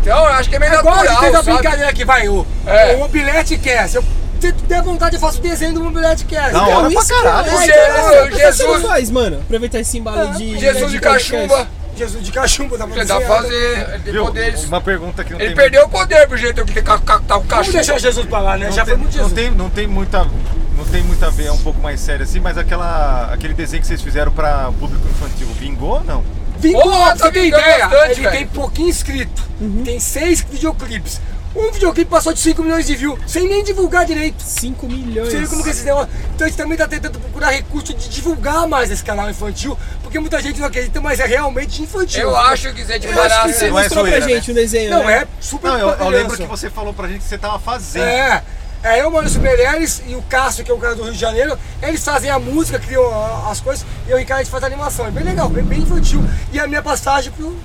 D: Então, eu acho que é meio
B: Agora a
D: natural,
B: gente fez a
D: sabe?
B: brincadeira aqui, vai, o,
D: É.
B: o mobilete cast. Eu, se tu der vontade, eu faço o desenho do mobilete cast.
C: Da hora pra
A: isso,
C: caralho.
A: cara,
D: O
A: é,
D: Jesus-
A: caralho, por que você
D: Jesus-
A: não faz, mano? Aproveitar esse embalo
B: Ah,
A: de.
D: Jesus de cachumba,
B: Jesus de cachumbo da
D: você dá pra
B: né?
D: fazer, ele tem
C: Viu?
D: poderes.
C: Uma pergunta que não
D: Ele
C: tem...
D: perdeu o poder pro jeito que tá o
B: Vamos
D: cachorro.
B: deixar Jesus pra lá, né?
C: Não
B: Já
C: tem,
B: foi muito
C: não,
B: Jesus.
C: tem, não tem muita. Não tem muito a ver, é um pouco mais sério assim, mas aquela, aquele desenho que vocês fizeram pra público infantil, vingou ou não?
B: Vingou,
D: Porra,
B: pra você ter
D: vingou
B: ideia.
D: tá bastante,
B: ele tem
D: velho.
B: pouquinho inscrito.
C: Uhum.
B: Tem seis videoclipes. Um videoclipe passou de 5 milhões de views, sem nem divulgar direito.
A: 5
B: Você vê
A: milhões.
B: como que esse negócio. Então a gente também tá tentando procurar recurso de divulgar mais esse canal infantil, porque muita gente não acredita, mas é realmente infantil.
D: Eu acho que se a gente assim,
A: Eu acho que
D: parasse...
A: você
C: Não é
A: mostrou pra
C: zoeira, né?
A: gente um desenho.
B: Não,
A: né?
B: é super
C: Não, eu, eu
B: pra
C: lembro
B: criança.
C: que você falou pra gente que você tava fazendo.
B: É. É eu, Maurício Meirelles e o Cássio, que é o cara do Rio de Janeiro, eles fazem a música, criam a- as coisas, e eu e o Ricardo a gente faz a animação. É bem legal, bem, bem infantil. E a minha passagem pro.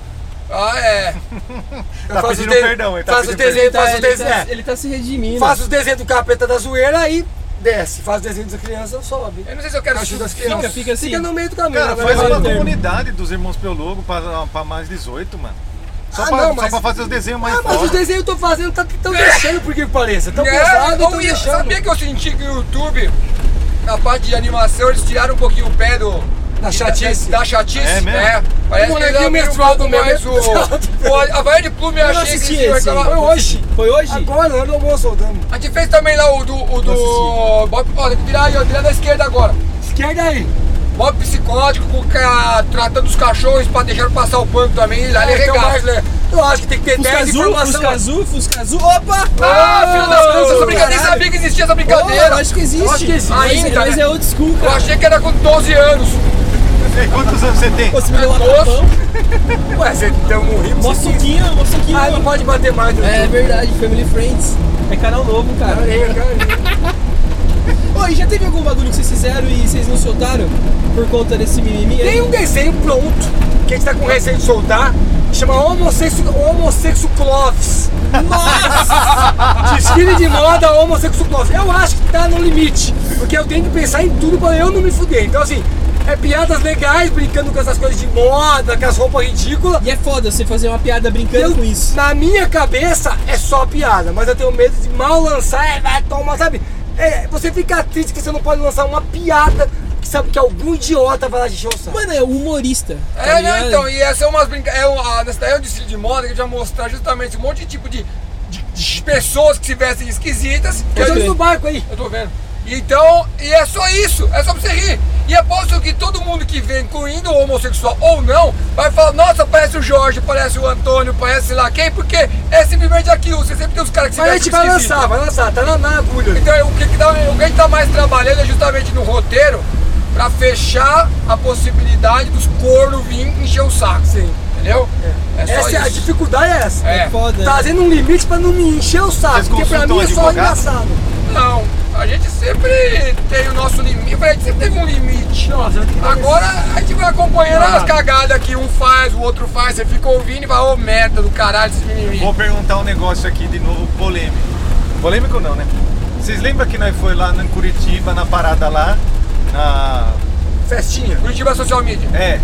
D: Ah, é.
B: Eu
C: Tá
B: faço
C: pedindo
B: o de-
C: perdão, ele tá
B: faço o
C: pedindo
B: desenho,
A: Tá,
B: faço o
A: ele,
B: desenho.
A: tá,
B: é,
A: ele tá se redimindo.
B: faço os desenhos do capeta da zoeira e desce. Faço o desenho das crianças, sobe.
D: Eu não sei se eu quero...
B: Ajuda as
D: Não,
B: crianças.
A: fica assim.
B: Fica no meio do caminho.
C: Cara,
B: né?
C: faz
B: Vai
C: uma
B: no meio.
C: comunidade dos irmãos Piologo pra, pra mais 18, mano. Só,
B: Ah,
C: pra,
B: não,
C: só
B: mas-
C: pra fazer os desenhos mais
B: Ah, mas os
C: foda.
B: desenhos eu tô fazendo, tá- tão
A: É.
B: deixando, por que pareça. Tão
D: É,
B: pesado,
D: eu
B: tão
D: ia-
B: deixando.
D: sabia que eu senti que o YouTube, na parte de animação, eles tiraram um pouquinho o pé do.
B: Da Tá chatice.
D: Da, chatice.
C: É
D: né?
C: mesmo?
D: Parece
B: O
D: que eles
B: bonequinho
D: abriram
B: menstrual
D: um pouco
B: também,
D: mais
B: né?
D: o. o a Bahia de Plume eu
A: Eu não
D: achei
A: assisti
D: que eles
A: esse
D: iam
A: aí.
D: reclamar.
B: Foi hoje.
A: Foi hoje?
B: Agora, eu não vou soldando.
D: A gente fez também lá o do. O do
A: Não
D: Bob, ó, tem que virar aí, ó, virar da esquerda agora.
B: Esquerda aí.
D: Bob psicótico, com o ca- tratando os cachorros pra deixar passar o pano também. Lá ele
B: Então,
D: regaça.
B: mas, né, Eu acho que tem que ter
A: Fusca
B: 10
A: É azul,
B: informações.
A: Fusca azul, Fusca azul. Opa!
D: Ah, filho das putas, essa brincadeira, é nem
A: caralho.
D: sabia que existia essa
A: Oh,
D: brincadeira.
A: eu acho que existe.
D: Eu acho que existe.
A: Mas-
D: Ainda,
A: mas
D: né?
A: é old school,
D: Eu
A: cara.
D: achei que era com 12 anos.
C: Ei, Quantos anos você tem?
A: Pô, você me deu um
D: Doce.
A: tapão.
B: Ué, você deu um rio.
A: Mó suquinho, mó suquinho.
B: Ah, não pode bater mais. né?
A: É verdade, Family Friends. É canal novo, cara.
B: Olha aí, cara.
A: Ô, e já teve algum bagulho que vocês fizeram e vocês não soltaram por conta desse mimimi? aí?
B: Tem um desenho pronto que a gente tá com receio de soltar. Chama Homossexo, homossexo Clovis. Nossa! Desfile de moda Homossexo Clovis. Eu acho que tá no limite. Porque eu tenho que pensar em tudo pra eu não me fuder. Então, assim, é piadas legais brincando com essas coisas de moda, com as roupas ridículas.
A: E é foda você fazer uma piada brincando
B: Eu-
A: com isso.
B: Na minha cabeça é só piada, mas eu tenho medo de mal lançar, é, vai tomar, sabe? É, você fica triste que você não pode lançar uma piada que sabe que algum idiota vai lá de show, sabe?
A: Mano, é humorista. tá
D: É, não,
A: ligado?
D: então, e essa é umas brincadeiras. É, nessa daí é o desfile de moda que a gente vai mostrar justamente um monte de tipo de, de- de pessoas que se vestem esquisitas.
B: Eu tô
A: crer.
B: no barco aí.
D: Eu tô vendo. Então, e é só isso, é só pra você rir. E aposto que todo mundo que vem, incluindo o homossexual ou não, vai falar, nossa, parece o Jorge, parece o Antônio, parece sei lá quem, porque é simplesmente aquilo, você sempre tem os caras que se
B: Mas a gente
D: vestem
B: vai
D: esquisito.
B: lançar, vai lançar, tá na, na agulha.
D: Então, o que, que dá, o que a gente tá mais trabalhando é justamente no roteiro pra fechar a possibilidade dos cornos vir encher o saco.
B: Sim.
D: Entendeu? É, só
B: Essa é a
D: isso.
B: dificuldade é essa.
D: É.
A: Foda. né?
B: Trazendo um limite pra não me encher o saco,
C: Vocês
B: porque pra
C: consultam
B: mim é só
C: advogado?
B: engraçado.
D: Não, a gente sempre tem o nosso limite, a gente sempre teve um limite.
B: Nossa,
D: Agora a gente vai acompanhando as cagadas que um faz, o outro faz, você fica ouvindo e vai, ô merda do caralho, esse mimimi.
C: Vou perguntar um negócio aqui de novo polêmico. Polêmico não, né? Vocês lembram que nós foi lá em Curitiba, na parada lá, na...
B: Festinha.
D: Curitiba Social Media.
C: É,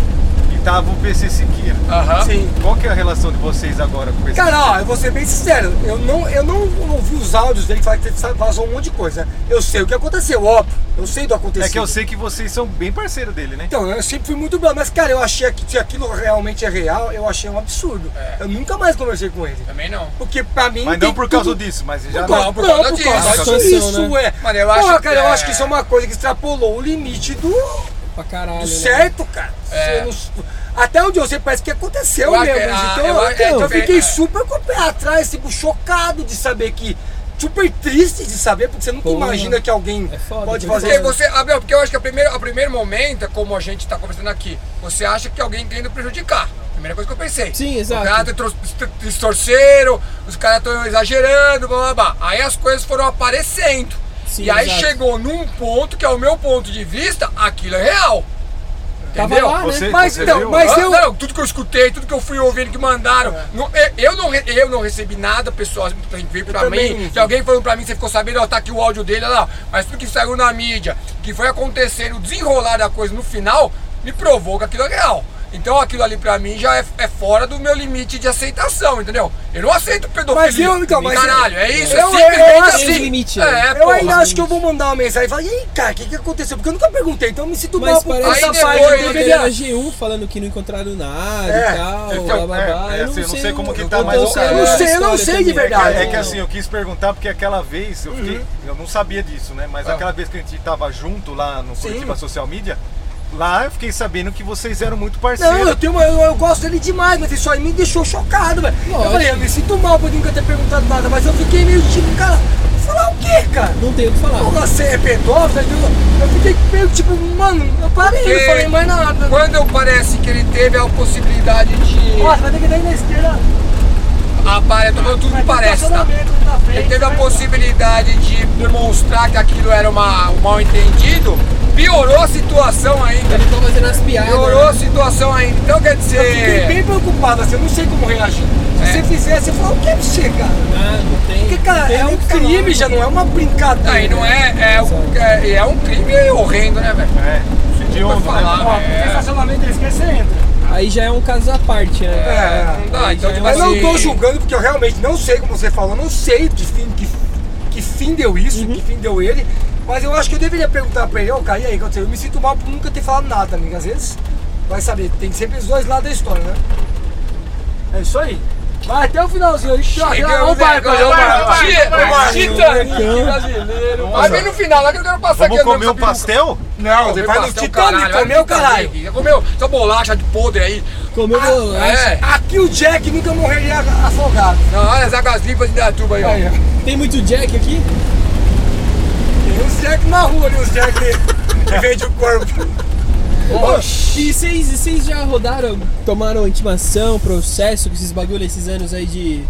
C: e tava o PC Siqueira.
D: Aham.
B: Sim.
C: Qual que é a relação de vocês agora com o PC?
B: Cara, ó, eu vou ser bem sincero, eu não, eu não ouvi os áudios dele que fala que vazou um monte de coisa. né? Eu sei o que aconteceu, óbvio. Eu sei do acontecido.
C: é que eu sei que vocês são bem parceiro dele, né?
B: Então, eu sempre fui muito bom, mas cara, eu achei que se aquilo realmente é real, eu achei um absurdo.
D: É.
B: Eu nunca mais conversei com ele.
D: Também não.
B: Porque pra mim.
C: É. Mas
B: tem
C: não por
B: tudo-
C: causa disso, mas já...
B: Não, por causa disso. Isso
A: Situação,
B: é.
D: né? Mano, eu acho
B: Porra,
D: que
B: cara, eu
D: é-
B: acho que isso é uma coisa que extrapolou o limite do, do
A: Pra caralho. né?
B: certo, cara.
D: É.
B: Eu não- até onde eu sei, parece que aconteceu
D: Eu acho
B: mesmo.
D: que-
B: isso.
D: ah,
B: então,
D: eu
B: eu,
D: acho que é
B: eu
D: diferente,
B: fiquei
D: é.
B: super com o pé atrás, tipo, chocado de saber que. Super triste de saber, porque você nunca
A: Porra.
B: imagina que alguém
A: É foda,
B: pode
A: muito
B: fazer
D: Porque
A: foda.
B: isso.
D: você, Abel, porque eu acho que a primeira, a primeiro momento, como a gente tá conversando aqui, você acha que alguém tá indo prejudicar. Primeira coisa que eu pensei.
A: Sim, exato.
D: Os caras tro- tro- distorceram, os caras estão exagerando, blá blá blá. Aí as coisas foram aparecendo.
A: Sim,
D: e aí
A: exato.
D: chegou num ponto que, ao meu ponto de vista, aquilo é real.
A: Tava
D: Entendeu?
A: lá, né?
C: Você-
B: Mas
C: você
B: então,
C: viu?
B: mas
D: Ah,
B: eu. É.
D: não, tudo que eu escutei, tudo que eu fui ouvindo que mandaram. não- eu, eu não, re- eu não recebi nada, pessoal. assim, muita gente veio pra
B: também
D: mim.
B: não.
D: Se alguém falou pra mim, você ficou sabendo, ó, tá aqui o áudio dele, olha lá. Mas tudo que saiu na mídia, que foi acontecendo, o desenrolar da coisa no final, me provou que aquilo é real. Então aquilo ali pra mim já é, é fora do meu limite de aceitação, entendeu? Eu não aceito pedofilia.
B: Mas eu- então, mas eu-
D: Caralho, é isso,
B: eu-
D: é simplesmente
B: eu acho-
D: assim.
A: Tem limite, né?
D: é,
B: eu
D: porra.
B: ainda acho que eu vou mandar uma mensagem e falar, e aí, cara, o que, que aconteceu? Porque eu nunca perguntei, então eu me sinto mal
A: Mas
B: por
A: parece
D: Aí
A: que
B: essa
D: depois
B: parte
A: foi
B: do
D: eu
A: uma
D: teve
A: matéria na
B: BBA.
A: G1 falando que não encontraram nada
B: É,
A: e tal,
C: então,
A: blá blá
C: é,
A: blá.
C: é,
A: eu não
C: assim,
A: sei,
C: eu não sei como que
A: eu
C: tá,
A: tô
C: mas
A: tão
C: eu- eu
A: por
C: não
A: essa
B: sei, eu não
A: história
B: sei
A: também.
B: de
C: É
B: verdade.
C: que, é que assim, eu quis perguntar porque aquela vez eu fiquei. Eu não sabia disso, né? Mas aquela vez que a gente tava junto lá no Curitiba Social Media, lá eu fiquei sabendo que vocês eram muito
B: Não, eu,
C: parceiros.
B: tenho, uma- eu, eu gosto dele demais, mas isso aí me deixou chocado, velho. Eu
A: Lógico.
B: falei, eu me sinto mal por nunca ter perguntado nada, mas eu fiquei meio tipo, cara, falar o quê, cara?
A: Não tem o que falar.
B: Pô, você é pedófilo? Eu, eu fiquei meio tipo, mano, eu parei, eu não
D: Porque
B: falei mais nada.
D: Quando parece que ele teve a possibilidade de.
B: Nossa, vai ter que dar aí na esquerda.
D: A barra, tô falando tudo
B: vai
D: que
B: ter
D: parece, tá?
B: estacionamento na frente,
D: Ele teve a
B: vai-
D: possibilidade de demonstrar que aquilo era uma, um mal entendido, piorou a situação ainda.
A: Ele tá fazendo as piadas.
D: Piorou a situação ainda. Então quer
B: Eu fiquei
D: dizer.
B: bem preocupado, assim, eu não sei como reagir. Se
D: É.
B: você fizesse, eu falar o que é pra você, cara?
A: Ah, não tem.
B: Porque, cara,
A: tem
B: é
A: nem
B: um
A: o que falar.
B: crime, já não é uma brincadeira.
D: Aí não é. É, um- é, é um crime horrendo, né, velho?
C: É, de
D: Não
C: onda,
D: falar.
C: né?
B: Ó, porque
D: É.
B: estacionamento da esquerda você entra.
A: Aí já é um caso à parte, né?
D: É, não dá. Então, tipo
B: Mas
D: assim,
B: não tô julgando, porque eu realmente não sei, como você falou, não sei de fim, que, que fim deu isso, que fim deu ele. Mas eu acho que eu deveria perguntar pra ele, ó, cara, e aí, o que aconteceu? Eu me sinto mal por nunca ter falado nada, amigo. Às vezes, vai saber, tem sempre os dois lados da história, né? É isso aí. Vai até o finalzinho aí, chega.
D: um
B: Olha o barco, olha o barco.
D: Che-
E: vai, vai.
D: Titanic brasileiro. Mas vem no final, lá que eu quero passar
C: Vamos
D: aqui.
C: comer um pastel?
D: Não,
B: Você
D: você
B: faz
D: faz
B: no Titanic, comeu, caralho.
D: Já comeu essa bolacha de podre aí.
A: Comeu bolacha.
D: É.
B: Aqui o Jack nunca morreria afogado.
D: Não, olha as águas limpas de Datuba aí, ó.
B: Aí, ó.
A: Tem muito Jack aqui?
B: Tem uns Jack na rua ali, uns Jack que vende o corpo.
A: E vocês e vocês já rodaram, tomaram intimação, processo, com esses bagulho esses anos aí de. de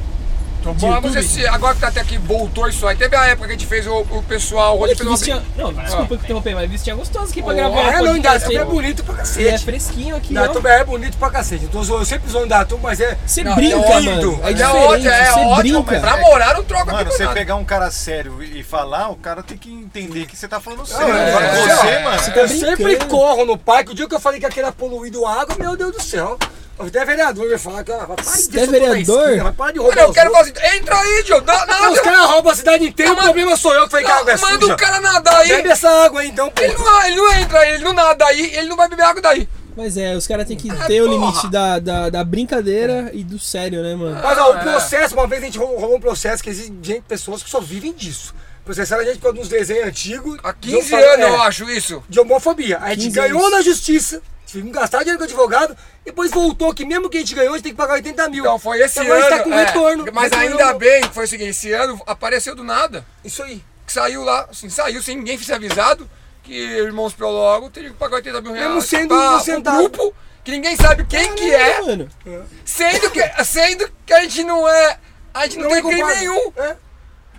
D: Bom,
A: YouTube?
D: mas esse- agora que tá até que voltou isso aí, teve a época que a gente fez o, o pessoal,
A: Olha
D: o Rolê
A: que
D: fez uma
A: vestinha. Não, desculpa que interromper, mas vestinha gostosa aqui pra gravar.
B: É, não,
A: podcast,
B: em Datuba
A: hein?
B: é bonito pra
A: E é
B: cacete.
A: fresquinho aqui, ó.
B: Datuba é bonito pra cacete. Eu, tô zoando, eu sempre zoando Datuba, mas é.
A: Você
D: Não,
A: brinca,
D: é
A: mano.
D: lindo.
A: É
D: É
A: diferente,
D: ótimo, é
A: você
D: ótimo,
A: brinca.
D: Pra morar, não troca
C: Mano,
D: aqui por
C: você
D: nada.
C: pegar um cara sério e e falar, o cara tem que entender que você tá falando sério.
B: é,
C: Agora
D: é,
C: você,
D: é.
C: mano.
A: tá
B: eu
A: brincando.
B: sempre corro no parque. O dia que eu falei que aquele era poluído água, meu Deus do céu. Até vereador me fala, cara, vai parar de
A: é vereador?
B: Para de roubar.
D: Mano, eu
B: os
D: quero
B: outros.
D: falar assim, entra aí, Diogo, dá
B: Ah, Os
D: nada.
B: caras roubam a cidade inteira, o
D: Manda-
B: problema sou eu que falei que a água é
D: Manda o
B: suja.
D: cara nadar aí.
B: Bebe essa água aí então, pô.
D: Ele não, ele não entra aí, ele não nada aí, ele não vai beber água daí.
A: Mas é, os caras têm que
D: Ah,
A: ter o
D: porra.
A: limite da, da, da brincadeira e do sério, né,
D: Ah,
A: mano?
B: Mas ó, o processo, uma vez a gente rolou, rolou um processo que existe gente, pessoas que só vivem disso. Processaram a gente por uns desenhos antigos.
D: Há
B: de
D: 15
B: homo-
D: anos, eu
B: é,
D: acho isso.
B: De homofobia. A gente
A: 15
B: ganhou
A: anos.
B: na justiça, tivemos que gastar dinheiro com advogado, depois voltou que mesmo que a gente ganhou, a gente tem que pagar 80 mil.
D: Então foi esse
B: Agora a
D: ano.
B: gente tá com
D: é,
B: retorno.
D: mas
B: Retorno.
D: ainda bem que foi o seguinte, esse ano apareceu do nada.
B: Isso aí.
D: Que saiu lá, assim, saiu sem ninguém ser avisado, que irmãos Prologo teria que pagar 80 mil reais.
B: Mesmo sendo
D: pra
B: um
D: um
B: centavo.
D: grupo que ninguém sabe quem que
A: Caralho,
D: é.
A: Mano.
D: Sendo que, sendo que a gente não é. A gente não, tem crime
B: culpado.
D: nenhum.
B: É.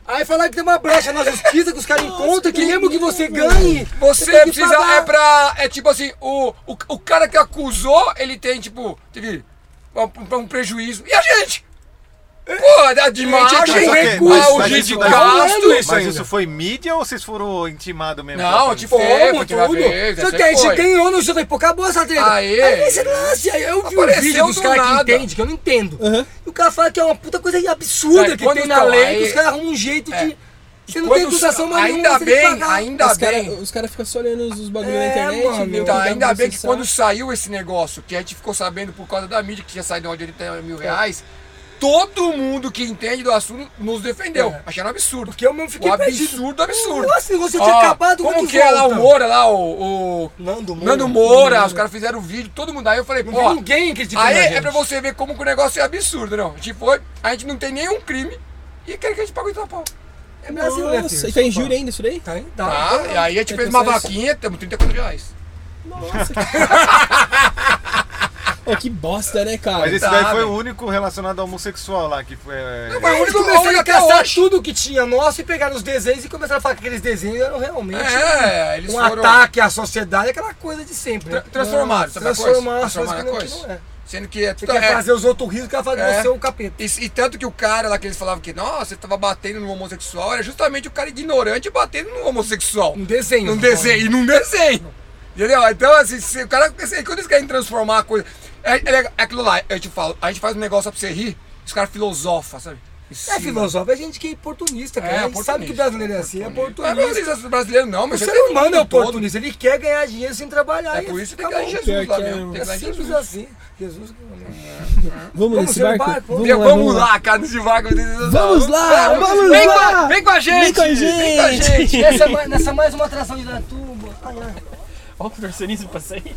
B: Aí falaram que tem uma brecha na justiça que os caras encontram, que mesmo que você ganhe,
D: Você
B: tem que
D: precisa.
B: pagar.
D: É pra. É tipo assim, o, o, o cara que acusou, ele tem, tipo, teve um, um prejuízo. E a gente?
B: É.
D: Pô, é da de
B: tem
D: imagem,
C: Mas ok,
B: é recurso,
C: mas-
D: ah, o
C: mas
D: juiz
C: isso
D: de
C: daí-
D: gasto.
B: isso
C: Mas
B: ainda.
C: isso foi mídia ou vocês foram intimados mesmo?
D: é Não,
C: Pra-
D: tipo,
B: Fomos,
D: foi, foi,
B: tudo. Só que a gente ganhou no jogo, pô, acabou essa treta.
D: Aê.
B: esse lance, aí eu vi um
D: Apareceu
B: vídeo dos
D: do
B: caras que
D: nada.
B: entendem, que eu não entendo.
A: Aham.
B: E o cara fala que é uma puta coisa absurda
D: Cara,
B: que
D: quando
B: tem
D: os
B: na
D: caras-
B: lei,
D: aí- É.
B: que os caras arrumam um jeito de... Você não tem
D: Quando os-
B: acusação mais
D: Ainda
B: nenhuma, você tem que
D: bem,
B: pagar.
D: ainda
A: Os
D: bem.
A: caras cara ficam só olhando os bagulho na
B: É,
A: internet.
B: mano.
A: vê o
D: Então,
A: dá
D: ainda
A: pra
D: bem que
A: processar.
D: quando saiu esse negócio, que a gente ficou sabendo por causa da mídia, que tinha saído onde ele tem
B: É.
D: mil reais, todo mundo que entende do assunto nos defendeu. Acharam um absurdo.
B: É. Porque eu mesmo fiquei
D: o
B: perdido.
D: absurdo, absurdo.
B: Nossa, o negócio tinha
D: Ó,
B: acabado,
D: Como
B: quando
D: que é lá o
B: volta?
D: Moura, lá o... o...
B: Nando Moura.
D: Nando Moura, os caras fizeram o vídeo, todo mundo. Aí eu falei,
B: Não
D: pô,
B: vi ninguém criticando
D: aí
B: a
D: é
B: gente.
D: pra você ver como que o negócio é absurdo, não. Tipo, a gente não tem nenhum crime e quer que a gente pague o tapão.
B: É Brasil, né,
A: Nossa,
B: filho?
A: e tem júri ainda isso daí?
B: Tá, hein?
D: Tá? E aí a
B: então
D: gente
A: É
D: fez uma
A: processo.
D: vaquinha, temos 34 reais.
A: Nossa. Ô, que bosta, né, cara?
C: Mas esse
D: tá,
C: daí foi
D: velho.
C: o único relacionado a homossexual lá, que foi. é,
D: Não,
B: Aí
D: mas o
B: eles
D: único
B: começaram
D: começou
B: a caçar tudo que tinha nosso e pegaram os desenhos e começaram a falar que aqueles desenhos eram realmente
D: É, eles
B: um
D: foram...
B: ataque à sociedade, aquela coisa de sempre. né?
D: Tra- transformaram, sabe a coisa?
B: transformar as
D: Transformaram
B: coisas que
D: a
B: não-
D: coisa.
B: que não é.
D: Sendo que é
B: Você
D: tudo...
B: quer
D: é-
B: fazer os outros rir, o cara fala que
D: É.
B: você é um capeta.
D: E, e tanto que o cara lá que eles falavam que, nossa, você tava batendo no homossexual, era justamente o cara ignorante batendo no homossexual.
B: Um desenho.
D: Num desenho, e num desenho. Entendeu? Então, assim, se o cara. assim, quando eles querem transformar a coisa. É, é- é aquilo lá, eu te falo, a gente faz um negócio pra você rir, os caras filosofam, sabe? Em
B: É
D: cima.
B: filosófico, é gente que é oportunista, cara.
D: né? É,
B: a gente sabe
D: oportunista,
B: que o brasileiro é assim, é
D: Não é
B: oportunista.
D: brasileiro, brasileiro não,
B: O
D: mas
B: ser humano é
D: oportunista.
B: oportunista, ele quer ganhar dinheiro sem trabalhar.
D: É
B: e
D: por isso que tem que
B: acabou.
D: ganhar em
A: Pior
D: Jesus
A: que
D: lá
A: é,
D: mesmo. Tem
B: É
D: que ganhar em
B: simples
D: Jesus.
B: assim. Jesus.
A: Vamos
B: Vamos
A: nesse
B: ver o
A: barco?
B: barco,
A: Vamos,
D: Vamos,
A: lá, vamos lá.
D: lá, cara, nesse vago.
A: Vamos lá, vamos
D: vem
A: lá.
D: Com a, vem com a gente!
A: Vem com a gente.
D: Vem com a gente!
B: Essa, é mais- nessa é mais uma atração de Datuba. Ai, ai.
A: Ó, o contorcionismo pra sair.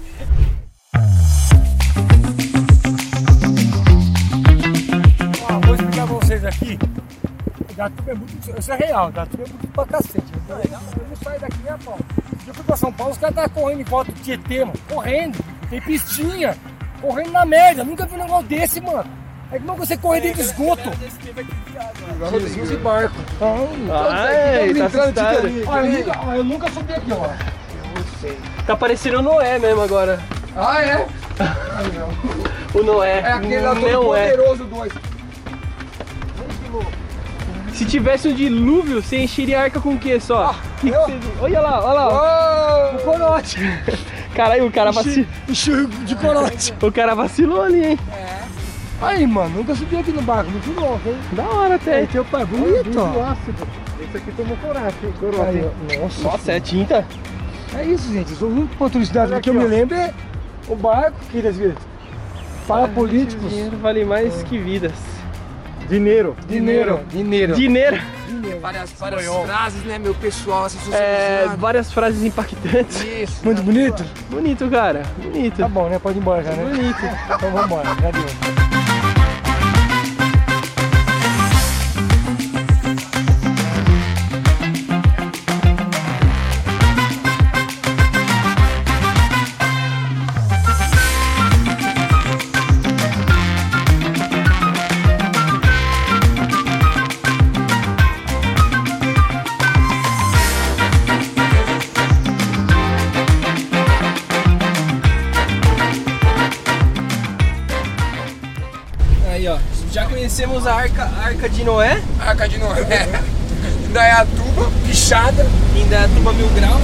B: Ó, vou explicar pra vocês aqui. Datuba é muito. Isso é real, Datuba é muito pra cacete. Eu não- Eu não saio daqui nem a pau. Eu fui pra São Paulo, os caras estavam correndo em volta do Tietê, mano. Correndo. Tem pistinha. Correndo na merda. Nunca vi um negócio desse, mano. É como você correr dentro de esgoto. Jesus e barco.
A: Ai, tá assustado.
B: Olha, eu nunca, ó, eu nunca subi aqui, ó.
A: Tá parecendo o Noé mesmo agora.
D: Ah, é?
A: O Noé.
D: É aquele lá todo
A: não é.
D: poderoso 2.
A: Se tivesse um dilúvio, você encheria a arca com o quê só? Que que
B: eu?
A: você- Olha lá, olha lá. ó. O corote.
F: Caralho, o cara vacilou.
B: Enxurro de corote.
F: O cara vacilou ali, hein?
B: Aí, mano, nunca subi aqui no barco, muito louco, hein?
F: Da hora até.
B: Teu pai é bonito, ó.
C: Esse aqui tomou coragem,
B: Aí,
C: corote.
B: ó. Nossa.
F: Nossa, é tinta?
B: É isso, gente. O único ponto de cidade
C: Olha
B: que eu
C: aqui,
B: me
C: ó.
B: lembro é o barco que tá escrito. Para políticos.
F: Dinheiro vale mais que vidas.
C: Dinheiro.
B: Dinheiro. Dinheiro.
F: Dinheiro.
D: Várias, várias frases, né, meu pessoal, assim,
F: É,
D: socializado.
F: várias frases impactantes.
D: Isso.
B: Muito bonito?
F: Bonito, cara. Bonito.
B: Tá bom, né? Pode ir embora já, né?
F: Bonito.
B: Então vamos embora. Cadê?
A: Aí, ó. Já conhecemos a Arca, Arca de Noé,
D: Arca de Noé. é Indaiatuba, pichada.
A: em Datuba Mil Grau.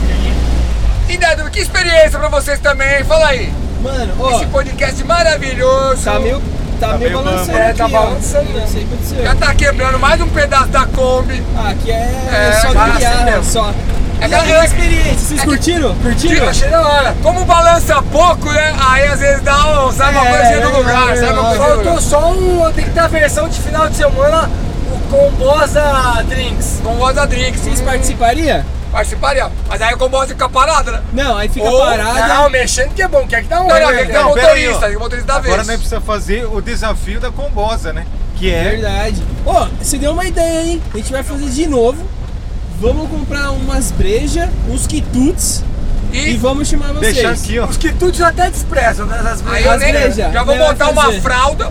D: Indaiatuba, né, que experiência pra vocês também, fala aí.
A: Mano, ó,
D: Esse podcast maravilhoso.
A: tá meio, tá meio
C: meio
A: balançando.
C: bambo.
D: É, tá
A: aqui, ó.
D: balançando
A: Não sei o que aconteceu.
D: Já tá quebrando mais um pedaço da Kombi.
A: Ah, aqui é,
D: É,
A: só
D: tá
A: criar,
D: assim mesmo.
A: só.
D: É
A: É
D: aquela-
A: aquela experiência. Vocês
D: é que-
A: curtiram? Curtiram?
D: Tira, achei da hora. Como balança pouco, né? Aí às vezes dá um, sai uma
A: É,
D: coisinha
A: é,
D: do lugar,
A: é,
D: sai uma
A: é,
D: coisinha do lugar.
B: Faltou só um. Tem que ter a versão de final de semana com Bosa Drinks.
D: Com voz da Drink, sim,
A: Vocês participariam?
D: participaria. Mas aí o comboio fica parado, né?
A: Não, aí fica
D: Ou-
A: parada.
B: Não, mexendo que é bom, que aqui dá um.
D: Não, não,
C: é,
D: tem que ter
C: não, pera aí,
D: motorista,
C: ó.
D: tem motorista da
C: Agora é nós
D: vez.
C: precisa fazer o desafio da combosa, né? Que é
A: Verdade. Ô, você deu uma ideia, hein? A gente vai fazer de novo. Vamos comprar umas brejas, uns quitutes e,
D: E
A: vamos chamar vocês.
C: deixar aqui, ó.
B: Os quitutes eu até desprezam, né? Essas
D: aí eu
A: As
D: nem,
A: brejas,
D: já vou
A: né, vai
D: botar uma
A: fazer.
D: fralda,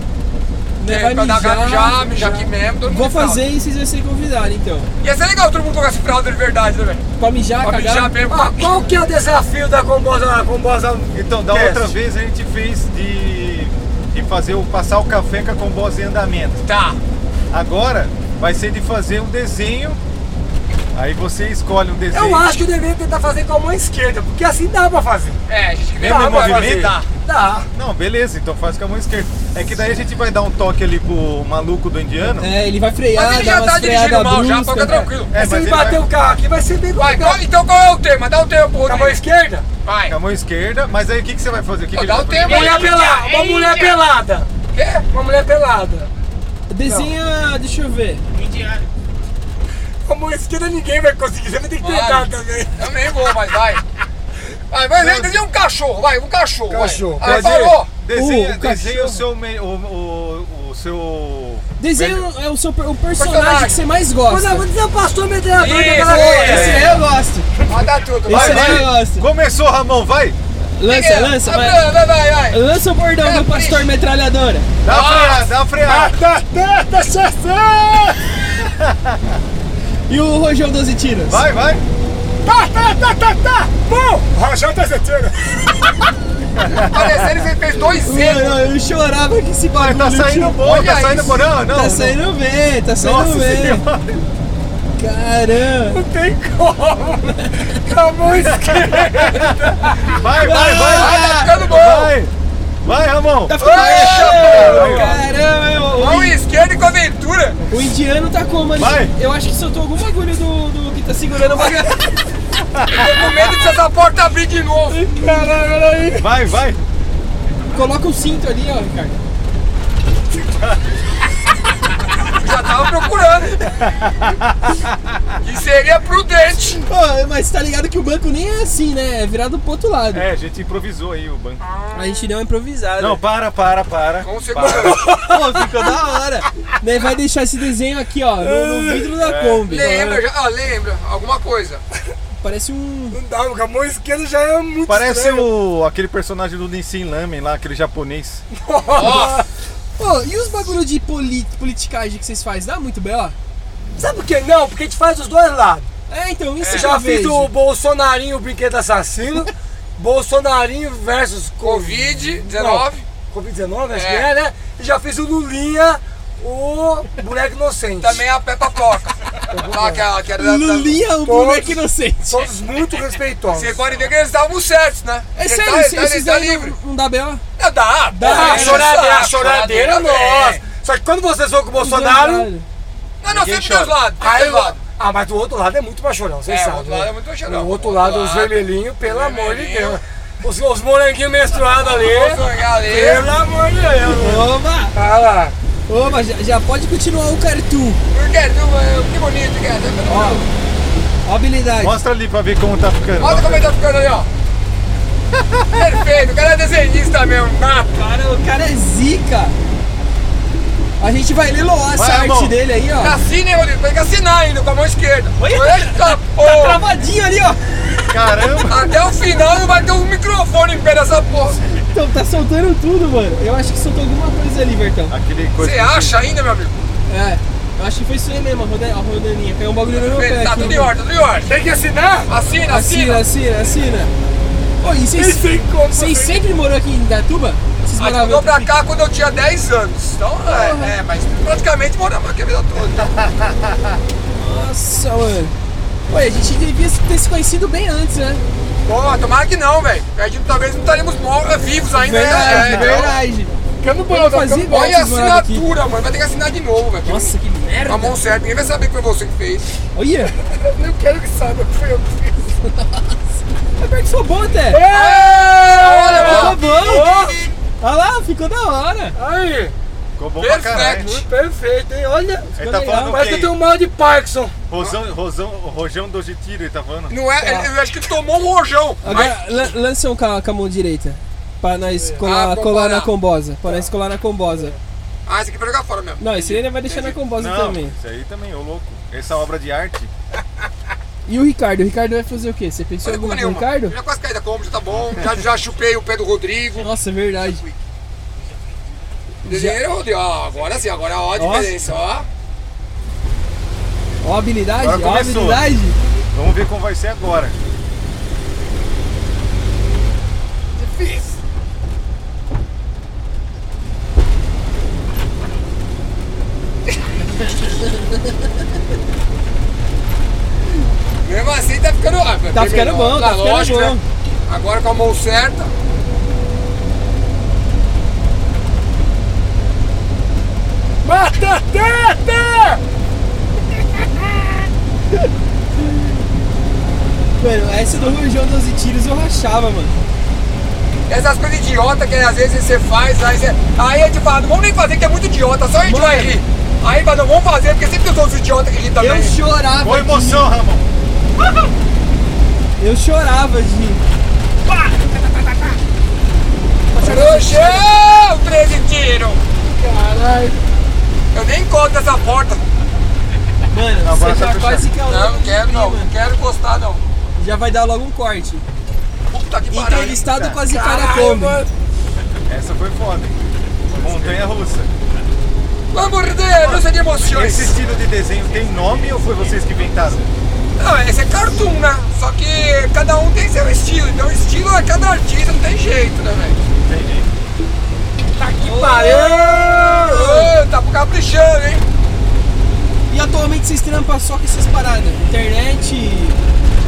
A: Né,
D: é,
A: vai
D: pra dar
A: mijar,
D: mijar, mijar aqui mesmo, todo mundo
A: Vou
D: de fralda.
A: fazer e vocês vão ser convidados, então.
D: Ia ser legal todo mundo colocar esse fralda de verdade também.
A: Pra mijar,
D: Pra
A: cagar.
D: mijar mesmo.
B: Ah, qual que é o desafio da Combosa? Combosa... um.
C: Então, da
B: Teste.
C: outra vez a gente fez de, de fazer o passar o café com a combosa em andamento.
D: Tá.
C: Agora vai ser de fazer um desenho. Aí você escolhe um desenho.
B: Eu acho que eu deveria tentar fazer com a mão esquerda, porque assim dá pra fazer.
D: É, a gente vê
C: Lembra o
D: pra
C: movimento?
D: fazer.
B: Tá. Dá.
C: Não, beleza, então faz com a mão esquerda. É que daí a gente vai dar um toque ali pro maluco do indiano.
A: É, ele vai frear,
D: Mas ele
A: dá
D: já
A: umas né?
D: tá dirigindo
A: freadas
D: mal, já
A: bruscas.
D: toca tranquilo.
C: É,
B: Mas se
C: mas
B: ele
C: ele
B: bater
C: vai
B: o carro aqui, vai ser bem
D: Vai,
B: complicado.
D: qual- então qual é o tema? Dá o tempo,
B: Com a mão
D: Rodrigo.
B: esquerda?
D: Vai.
C: com a mão esquerda. Mas aí o que, que você vai fazer? O que,
D: Não,
C: que
D: dá um
C: ele
D: o
C: vai fazer?
D: tempo.
B: Mulher
E: Índia,
B: pelada. Uma
E: é
B: mulher
E: Índia.
B: pelada.
D: Quê?
B: Uma mulher pelada.
D: então.
A: Desenha, deixa eu ver.
E: Indiano.
B: Com a mão esquerda ninguém vai conseguir, você vai ter que
D: Vai.
B: tentar também.
D: Eu nem vou, mas vai. Vai, vai, vai. Desenha um cachorro, vai, um cachorro. vai.
B: Cachorro.
D: Aí,
C: Quer dizer,
D: parou.
A: Uh,
C: Desenha,
A: o
C: desenha
A: cachorro.
C: o seu. me- O, o, o seu.
A: Desenha
C: Melhor.
A: é o, seu, o personagem
D: Personagem.
A: que você mais
B: Quando
A: gosta.
B: a quando passou o metralhador
D: Isso,
B: daquela
D: é.
B: coisa.
A: Esse aí eu gosto.
D: Vai dar tudo, vai.
A: Esse
C: vai.
A: aí eu gosto.
C: Começou, Ramon, vai!
A: Lança, lança,
D: vai.
A: vai.
D: Vai, vai, vai, vai.
A: Lança o bordão
D: É,
A: do pastor
D: bicho.
A: metralhadora.
C: Dá
D: Nossa.
C: uma freada, dá uma freada!
A: E o Rojão 12 tiros.
C: Vai, vai!
B: Tá, tá, tá, tá, tá. Bom, Rajão tá certeiro.
D: Parecendo que ele fez dois erros.
A: Mano, eu chorava que esse
C: Mas
A: bagulho.
C: tá saindo
A: tio.
C: bom,
D: Olha
C: tá saindo
D: isso.
C: bom. Não, não.
A: Tá
D: né?
C: não.
A: saindo bem, tá saindo
C: Nossa
A: bem.
C: senhora.
A: Caramba.
B: Não tem como. Com a mão esquerda.
C: Vai, vai, vai,
D: Vai,
C: vai!
D: tá ficando bom.
C: Vai! Vai, Ramon!
A: Tá ficando
D: Vai,
A: Ô,
C: chapéu.
A: Caramba, eu-
D: Mão esquerda e com aventura.
A: o, o indiano tá como ali?
C: Vai.
A: Eu acho que soltou algum bagulho do, do que tá segurando o bagulho.
D: Tô com medo de essa porta abrir de novo.
A: Caramba, olha aí.
C: Vai, vai!
A: Coloca o cinto ali, ó, Ricardo.
D: Eu já tava procurando. E seria prudente.
A: Ô, mas tá ligado que o banco nem é assim, né? É virado pro outro lado.
C: É, a gente improvisou aí o banco.
A: A gente deu uma improvisada.
C: Não, para, para, para.
D: Com
C: Para.
D: segurança.
A: Pô, ficou da hora. Daí vai deixar esse desenho aqui, ó, no, no vidro da Kombi.
D: Lembra, já, ah, lembra, alguma coisa.
A: Parece um.
B: Não dá, com a mão esquerda já é muito
C: Parece
B: estranho.
C: o, aquele personagem do Nissin Lamen lá, aquele japonês.
D: Ó,
A: Pô, e os bagulho de poli- politicagem que vocês fazem? Dá muito bem, ó.
B: Sabe por que não? Porque a gente faz os dois lados.
A: É, então, isso
B: Eu
A: é,
B: já fiz o Bolsonarinho, o brinquedo assassino. Bolsonarinho versus Covid.
D: Covid-19.
B: Covid-19, acho
D: É.
B: que é, né? E já fiz o Lulinha, o boneco inocente.
D: Também a Peppa Poca. Lá Tá, que era, que era da- da-
A: Lulinha, o
B: Todos. Tá
A: moleque é um inocente.
B: Todos muito respeitosos.
D: Você pode ver que eles estavam certos, né?
A: É
D: Ele
A: sério,
D: tá-
A: esse-
D: ele tá-
A: esses
D: ele tá
A: daí
D: livre.
A: não, não dá B.O.?
D: Não, dá,
A: Dá,
D: dá.
B: A choradeira, a
D: dá,
B: choradeira é
D: dá.
B: nossa. Só que quando vocês vão com o Bolsonaro.
D: Não, não, sempre
C: chora.
D: dos lados.
B: Aí,
D: Aí, lado.
B: ah, mas do outro lado é muito mais chorão, vocês
D: É, o
B: sabem.
D: outro
B: né?
D: lado é muito mais chorão.
B: O outro lado, os
D: Claro.
B: vermelhinhos, pelo amor de
D: Vermelhinho.
B: Deus. Os, os moranguinhos menstruados ali.
D: galera.
B: Pelo amor de Deus.
A: Oba!
B: Olha lá.
A: Oba, já, já pode continuar o cartoon.
D: Porque tu, é, que é. bonito, cara. Olha,
A: Ó a habilidade.
C: Mostra ali pra ver como tá ficando.
D: Olha como ele tá ficando ali, ó. Perfeito, o cara é desenhista mesmo, mapa.
A: Cara, o cara é zica. A gente vai leloar essa
C: Vai,
A: arte
C: irmão.
A: dele aí, ó.
D: Assina, hein, Rodrigo? Tem que assinar ainda com a mão esquerda.
A: Olha,
D: Eita,
A: Tá
D: porra.
A: travadinho ali, ó.
C: Caramba!
D: Até o final não vai ter um microfone em pé dessa porra.
A: Então, tá soltando tudo, mano. Eu acho que soltou alguma coisa ali, Bertão.
C: Aquele coisa.
D: Você acha ainda, meu amigo?
A: É. Eu acho que foi isso aí mesmo, a roda- a rodaninha. Caiu um bagulho no meu pé.
D: Tá
A: aqui,
D: tudo em
A: mano.
D: ordem, tá tudo em ordem.
B: Tem que assinar?
D: Assina,
A: Assina,
D: assina.
A: assina, assina. Ô, e vocês,
B: sei como
A: vocês sempre morou aqui em Datuba? Vocês
D: A gente
A: moravam
D: mudou pra cá quando eu tinha 10 anos. Então, é, é, mas praticamente moramos aqui a vida toda.
A: Nossa, mano. Pô, a gente devia ter se conhecido bem antes, né?
D: Pô, tomara que não, velho. A gente talvez não estaremos mor- eh, vivos ainda. né? É, então-
A: verdade.
B: Ficando
A: Eu fazia ideia
D: Olha a
A: que vocês moravam aqui.
D: assinatura, mano. Vai ter que assinar de novo, velho.
A: Nossa, que merda.
D: Com a mão certa, ninguém vai saber que foi você que fez.
A: Olha,
B: Não quero que saiba que foi eu que fiz.
A: eu perdi é sua boa até.
D: Olha,
A: Ficou
D: mano.
A: bom. Olha lá, ficou da hora.
B: Aí,
C: Ficou bom pra caralho.
D: Perfeito.
B: perfeito, hein? Olha.
A: É
C: Ele tá falando o
B: Parece que eu
C: quê?
B: tenho um mal de Parkinson.
A: um
C: Rosão, Rosão, Rojão do Jitiro, ele tá falando?
D: Não é, ele- eu acho que ele tomou um rojão. Mas
A: Agora, lan- lança um com a, com a mão direita. Pra nós colar,
D: Ah,
A: colar na
D: comparar.
A: combosa. Pra nós colar na combosa.
D: Ah, esse aqui vai jogar fora mesmo.
A: Não, esse aí ele vai deixar na combosa
C: Não,
A: também.
C: isso aí também, ô louco. Essa obra de arte.
A: E o Ricardo? O Ricardo vai fazer o quê? Você pensou
D: Olha
A: em alguma
D: como é
A: coisa,
D: nenhuma.
A: Ricardo?
D: Eu já quase caí da Kombi, já tá bom. Já, já chupei o pé do Rodrigo.
A: Nossa, é verdade.
D: Desenheiro, Rodrigo. Ó, agora sim, agora ó, a
A: Nossa.
D: diferença, ó.
A: Ó a habilidade,
C: Agora
A: ó a
C: começou.
A: habilidade.
C: Vamos ver como vai ser agora.
D: Mesmo assim tá ficando. ah, bem
A: Tá ficando
D: melhor.
A: bom, tá ficando
D: lógico,
A: bom.
D: né? Agora com a mão certa.
B: Mata teta!
A: Mano, essa do Rojão 12 tiros eu rachava, mano.
D: É Essas coisas idiota que às vezes você faz, aí você. Aí a gente fala, não vamos nem fazer que é muito idiota, só a gente
A: Mano.
D: vai rir. Aí fala, não vamos fazer, porque sempre tem os outros idiotas que rir também.
A: Eu chorava.
C: Boa
A: de-
C: emoção, Ramon.
A: Eu chorava de.
D: Trouxão, 13 tiro! Caralho! Eu nem conto essa porta.
A: Mano,
C: Agora
A: você
C: tá
A: já
C: fechado.
A: quase que é o
D: Não, não
A: louco de
D: quero não,
A: mim,
D: não
A: mano.
D: quero encostar não.
A: Já vai dar logo um corte.
D: Puta que pariu.
A: Entrevistado com a Zicara
D: Caralho,
A: Kombi.
D: mano.
C: Essa foi foda. Montanha russa.
D: Pelo amor de Deus, não sei de emoções.
C: Esse estilo de desenho tem nome ou foi vocês que inventaram?
D: Não, esse é cartoon, né? Só que cada um tem seu estilo. Então, estilo é cada artista, não tem jeito, né, velho?
C: Entendi.
A: Que Ah!
D: Ô, Tá caprichando, hein?
A: E atualmente vocês trampam só com essas paradas? Internet.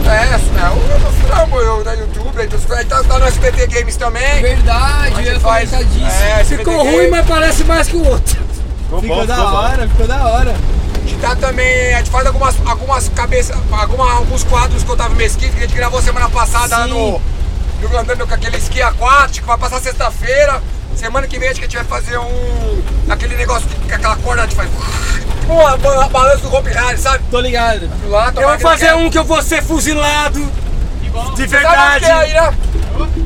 D: É, é o eu trampo eu da YouTube, aí tu tá, tá no SBT Games também.
A: Verdade,
D: Onde
A: eu ia
D: faz-
A: comentar disso.
D: É, SBT
B: Ficou ruim,
D: Games.
B: mas parece mais que o outro.
C: Ficou
A: Ficou
C: bom,
A: da
C: ficou bom.
A: hora, ficou da hora.
D: A gente tá também, a gente faz algumas, algumas cabeças, alguma, alguns quadros que eu tava Mesquita, que a gente gravou semana passada lá
A: Sim.
D: no, no andando com aquele esqui aquático, vai passar sexta-feira. Semana que vem acho que a gente vai fazer um. aquele negócio que, que aquela corda a gente faz. Tipo uma, ba- balança do Hopi Hari, sabe?
A: Tô ligado.
D: Lá,
B: Eu vou fazer um que eu vou ser fuzilado. De
D: Sabe onde
B: verdade.
D: que é aí, né?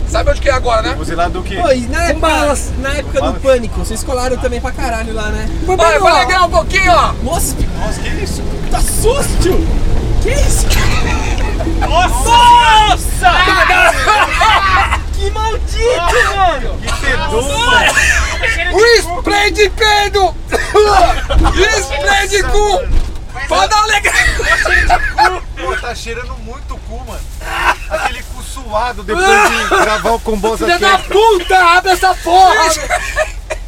D: Sabe onde que é agora, né?
C: Você lá do que?
A: Pô, e na época,
B: balas.
A: na época do
C: Balas.
A: pânico, vocês colaram também pra caralho lá, né?
D: Vai, vai legal um pouquinho, ó.
A: Nossa,
C: Nossa, que isso?
A: tá susto! Que isso?
C: Tá
A: Que maldito!
C: Que fedor!
D: O spray de peido! spray de cu! Pra
B: um
D: dar alegria!
C: Pô, tá cheirando muito cu, mano. Aquele cu suado depois de gravar o combosa
B: Filha da
C: quente.
B: puta, abre essa porra!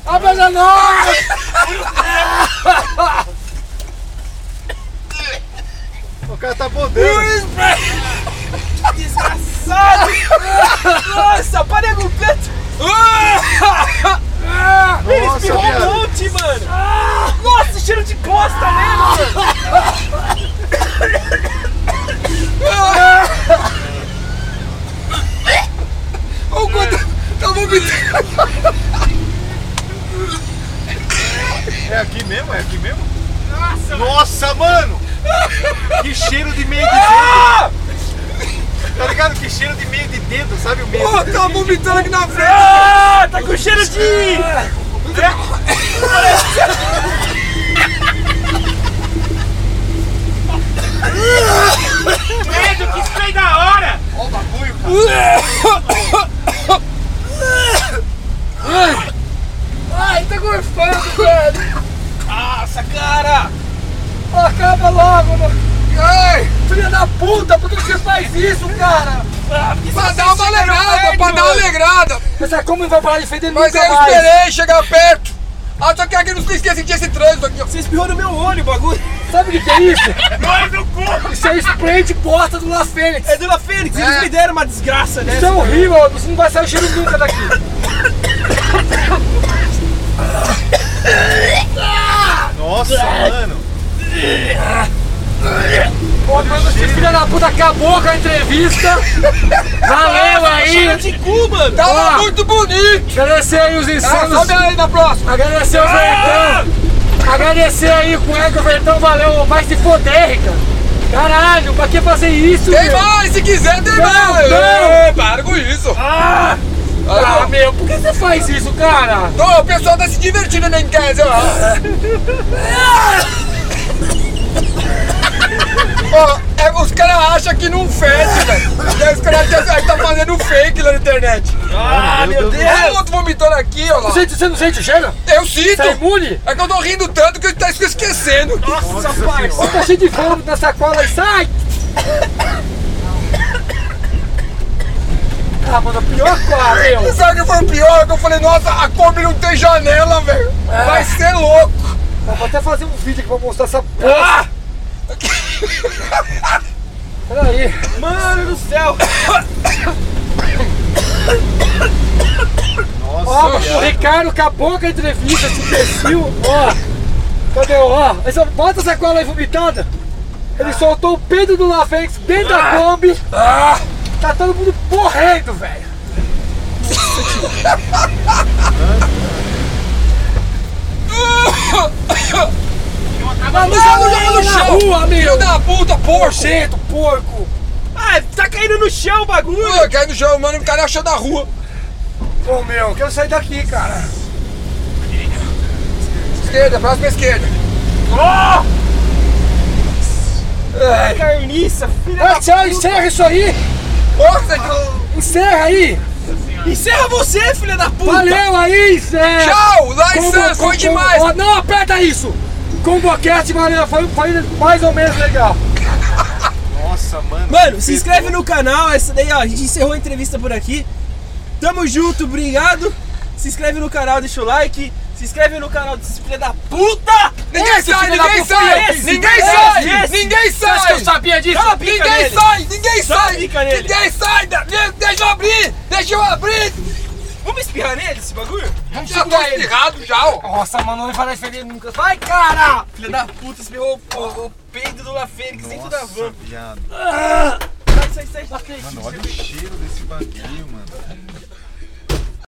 B: Abre essa não!
C: O cara tá podendo.
A: Desgraçado! Nossa, para com o canto! Ele
C: Nossa,
A: espirrou um
C: viado.
A: monte, mano!
C: Ah!
A: Nossa, cheiro de bosta mesmo, mano!
D: Olha o quanto tá vomitando.
C: É aqui mesmo? É aqui mesmo?
E: Nossa, mano.
C: Nossa, mano! Que cheiro de meio de dedo! Tá ligado? Que cheiro de meio de dedo, sabe o meio?
D: Pô, tá vomitando aqui na frente.
A: Ah, tá com cheiro de...
E: Pedro, que isso foi da hora.
B: Ai, tá gorfando, velho.
A: Nossa, cara!
B: Acaba logo, mano. Ai, filha da puta, por que você faz isso, cara?
D: Pra dar uma alegrada, pra dar uma alegrada.
B: Pensar como ele vai parar de feder
D: Mas
B: nunca
D: eu
B: mais.
D: esperei chegar perto. Ah, só que aqui não se esquece que esse trânsito aqui, ó.
A: Você espirrou no meu olho, o bagulho!
B: Sabe o que, que é isso?
E: Dois no cu.
B: Isso é spray de bosta do La Fênix.
A: É Dona Fênix, eles
D: É.
A: me deram uma desgraça né?
B: Isso
A: dessa!
B: é horrível, isso não vai sair o cheiro nunca daqui.
C: Nossa, mano!
B: Pô, mas você, filha da puta, acabou com a entrevista. Valeu
A: Cheiro
B: aí.
A: de cu, mano!
D: Tava
B: Ó.
D: muito bonito.
B: Agradecer aí os
D: Ah,
B: insanos.
D: sobe aí na próxima. Ah!
B: Agradecer o Vertão. Agradecer aí com o Eco Vertão, valeu. Vai se foder, Rica. Caralho, pra que fazer isso,
D: Tem
B: meu?
D: mais, se quiser tem
B: Não,
D: mais.
B: não.
D: É, Para com isso.
B: Ah, ah,
D: Ah,
B: meu, por que você faz isso, cara?
D: Ó, o pessoal tá se divertindo na casa, ó. Ó, é, os caras acham que não fede, velho. E aí os caras acham que tá fazendo fake lá na internet.
C: Ah, meu Deus!
D: Olha o outro vomitando aqui, ó lá.
B: Sente- Você não sente o cheiro?
D: Eu sinto.
B: Tá imune?
D: É que eu tô rindo tanto que eu tá esquecendo.
A: Nossa, parça!
B: Tá cheio de vômito na sacola aí, sai! Ah, mano, a pior qual, meu?
D: Sabe o que foi o pior? Que eu falei, nossa, a Kombi não tem janela, velho. Vai ser louco.
B: Eu vou até fazer um vídeo aqui pra mostrar essa porra. Peraí.
A: Mano do céu!
B: Ó,
C: Nossa,
B: o
C: viado.
B: Ricardo acabou com a entrevista, se imbecil. Ó, cadê o ó? Aí só Bota a sacola aí vomitada. Ele soltou o Pedro do Lafex dentro da Kombi. Tá todo mundo morrendo, velho. não,
D: Mas não joga
B: não,
D: no
B: na
D: chão.
B: rua, meu.
D: Filho da puta, porco.
B: Jeito, porco.
A: Ah, tá caindo no chão o bagulho!
D: Pô, Cai no chão, mano. O cara achou da rua.
B: Ô, meu, eu quero sair daqui, cara.
D: Esquerda, próxima esquerda.
A: Carniça, filha
B: Vai,
A: da...
B: tchau, encerra isso aí.
D: Porra, gente.
B: Encerra aí.
A: Encerra você, filha da puta!
B: Valeu aí, é,
D: Tchau. Lá em
B: Combo-
D: Santos,
B: com-
D: foi demais.
B: ó, não, aperta isso. Combocast, valeu. Foi, foi mais ou menos legal.
C: Nossa, mano!
A: Mano, se inscreve no canal, essa daí, ó, a gente encerrou a entrevista por aqui. Tamo junto, obrigado. Se inscreve no canal, deixa o like. Se inscreve no canal desses filha da puta!
D: Ninguém
A: Esse
D: sai,
A: filho da
D: ninguém
A: puta,
D: sai!
A: esse,
D: Ninguém
A: esse,
D: sai!
A: esse.
D: Ninguém
A: Você acha
D: sai!
A: que eu sabia disso? Cala a pica
D: Ninguém
A: nele.
D: sai! Ninguém
A: Cala a
D: sai!
A: pica nele.
D: Ninguém sai! da- de- Deixa eu abrir! Deixa eu abrir!
A: Vamos espirrar nele esse bagulho?
D: Já tô espirrado já, ó!
B: Nossa, mano, não vai dar diferença nunca. Vai, cara.
A: Filha da puta, espirrou o, o, o peido do La Fênix dentro da
C: Nossa,
A: van.
C: viado!
A: Sai, sai, sai.
C: Mano, olha o cheiro desse bagulho,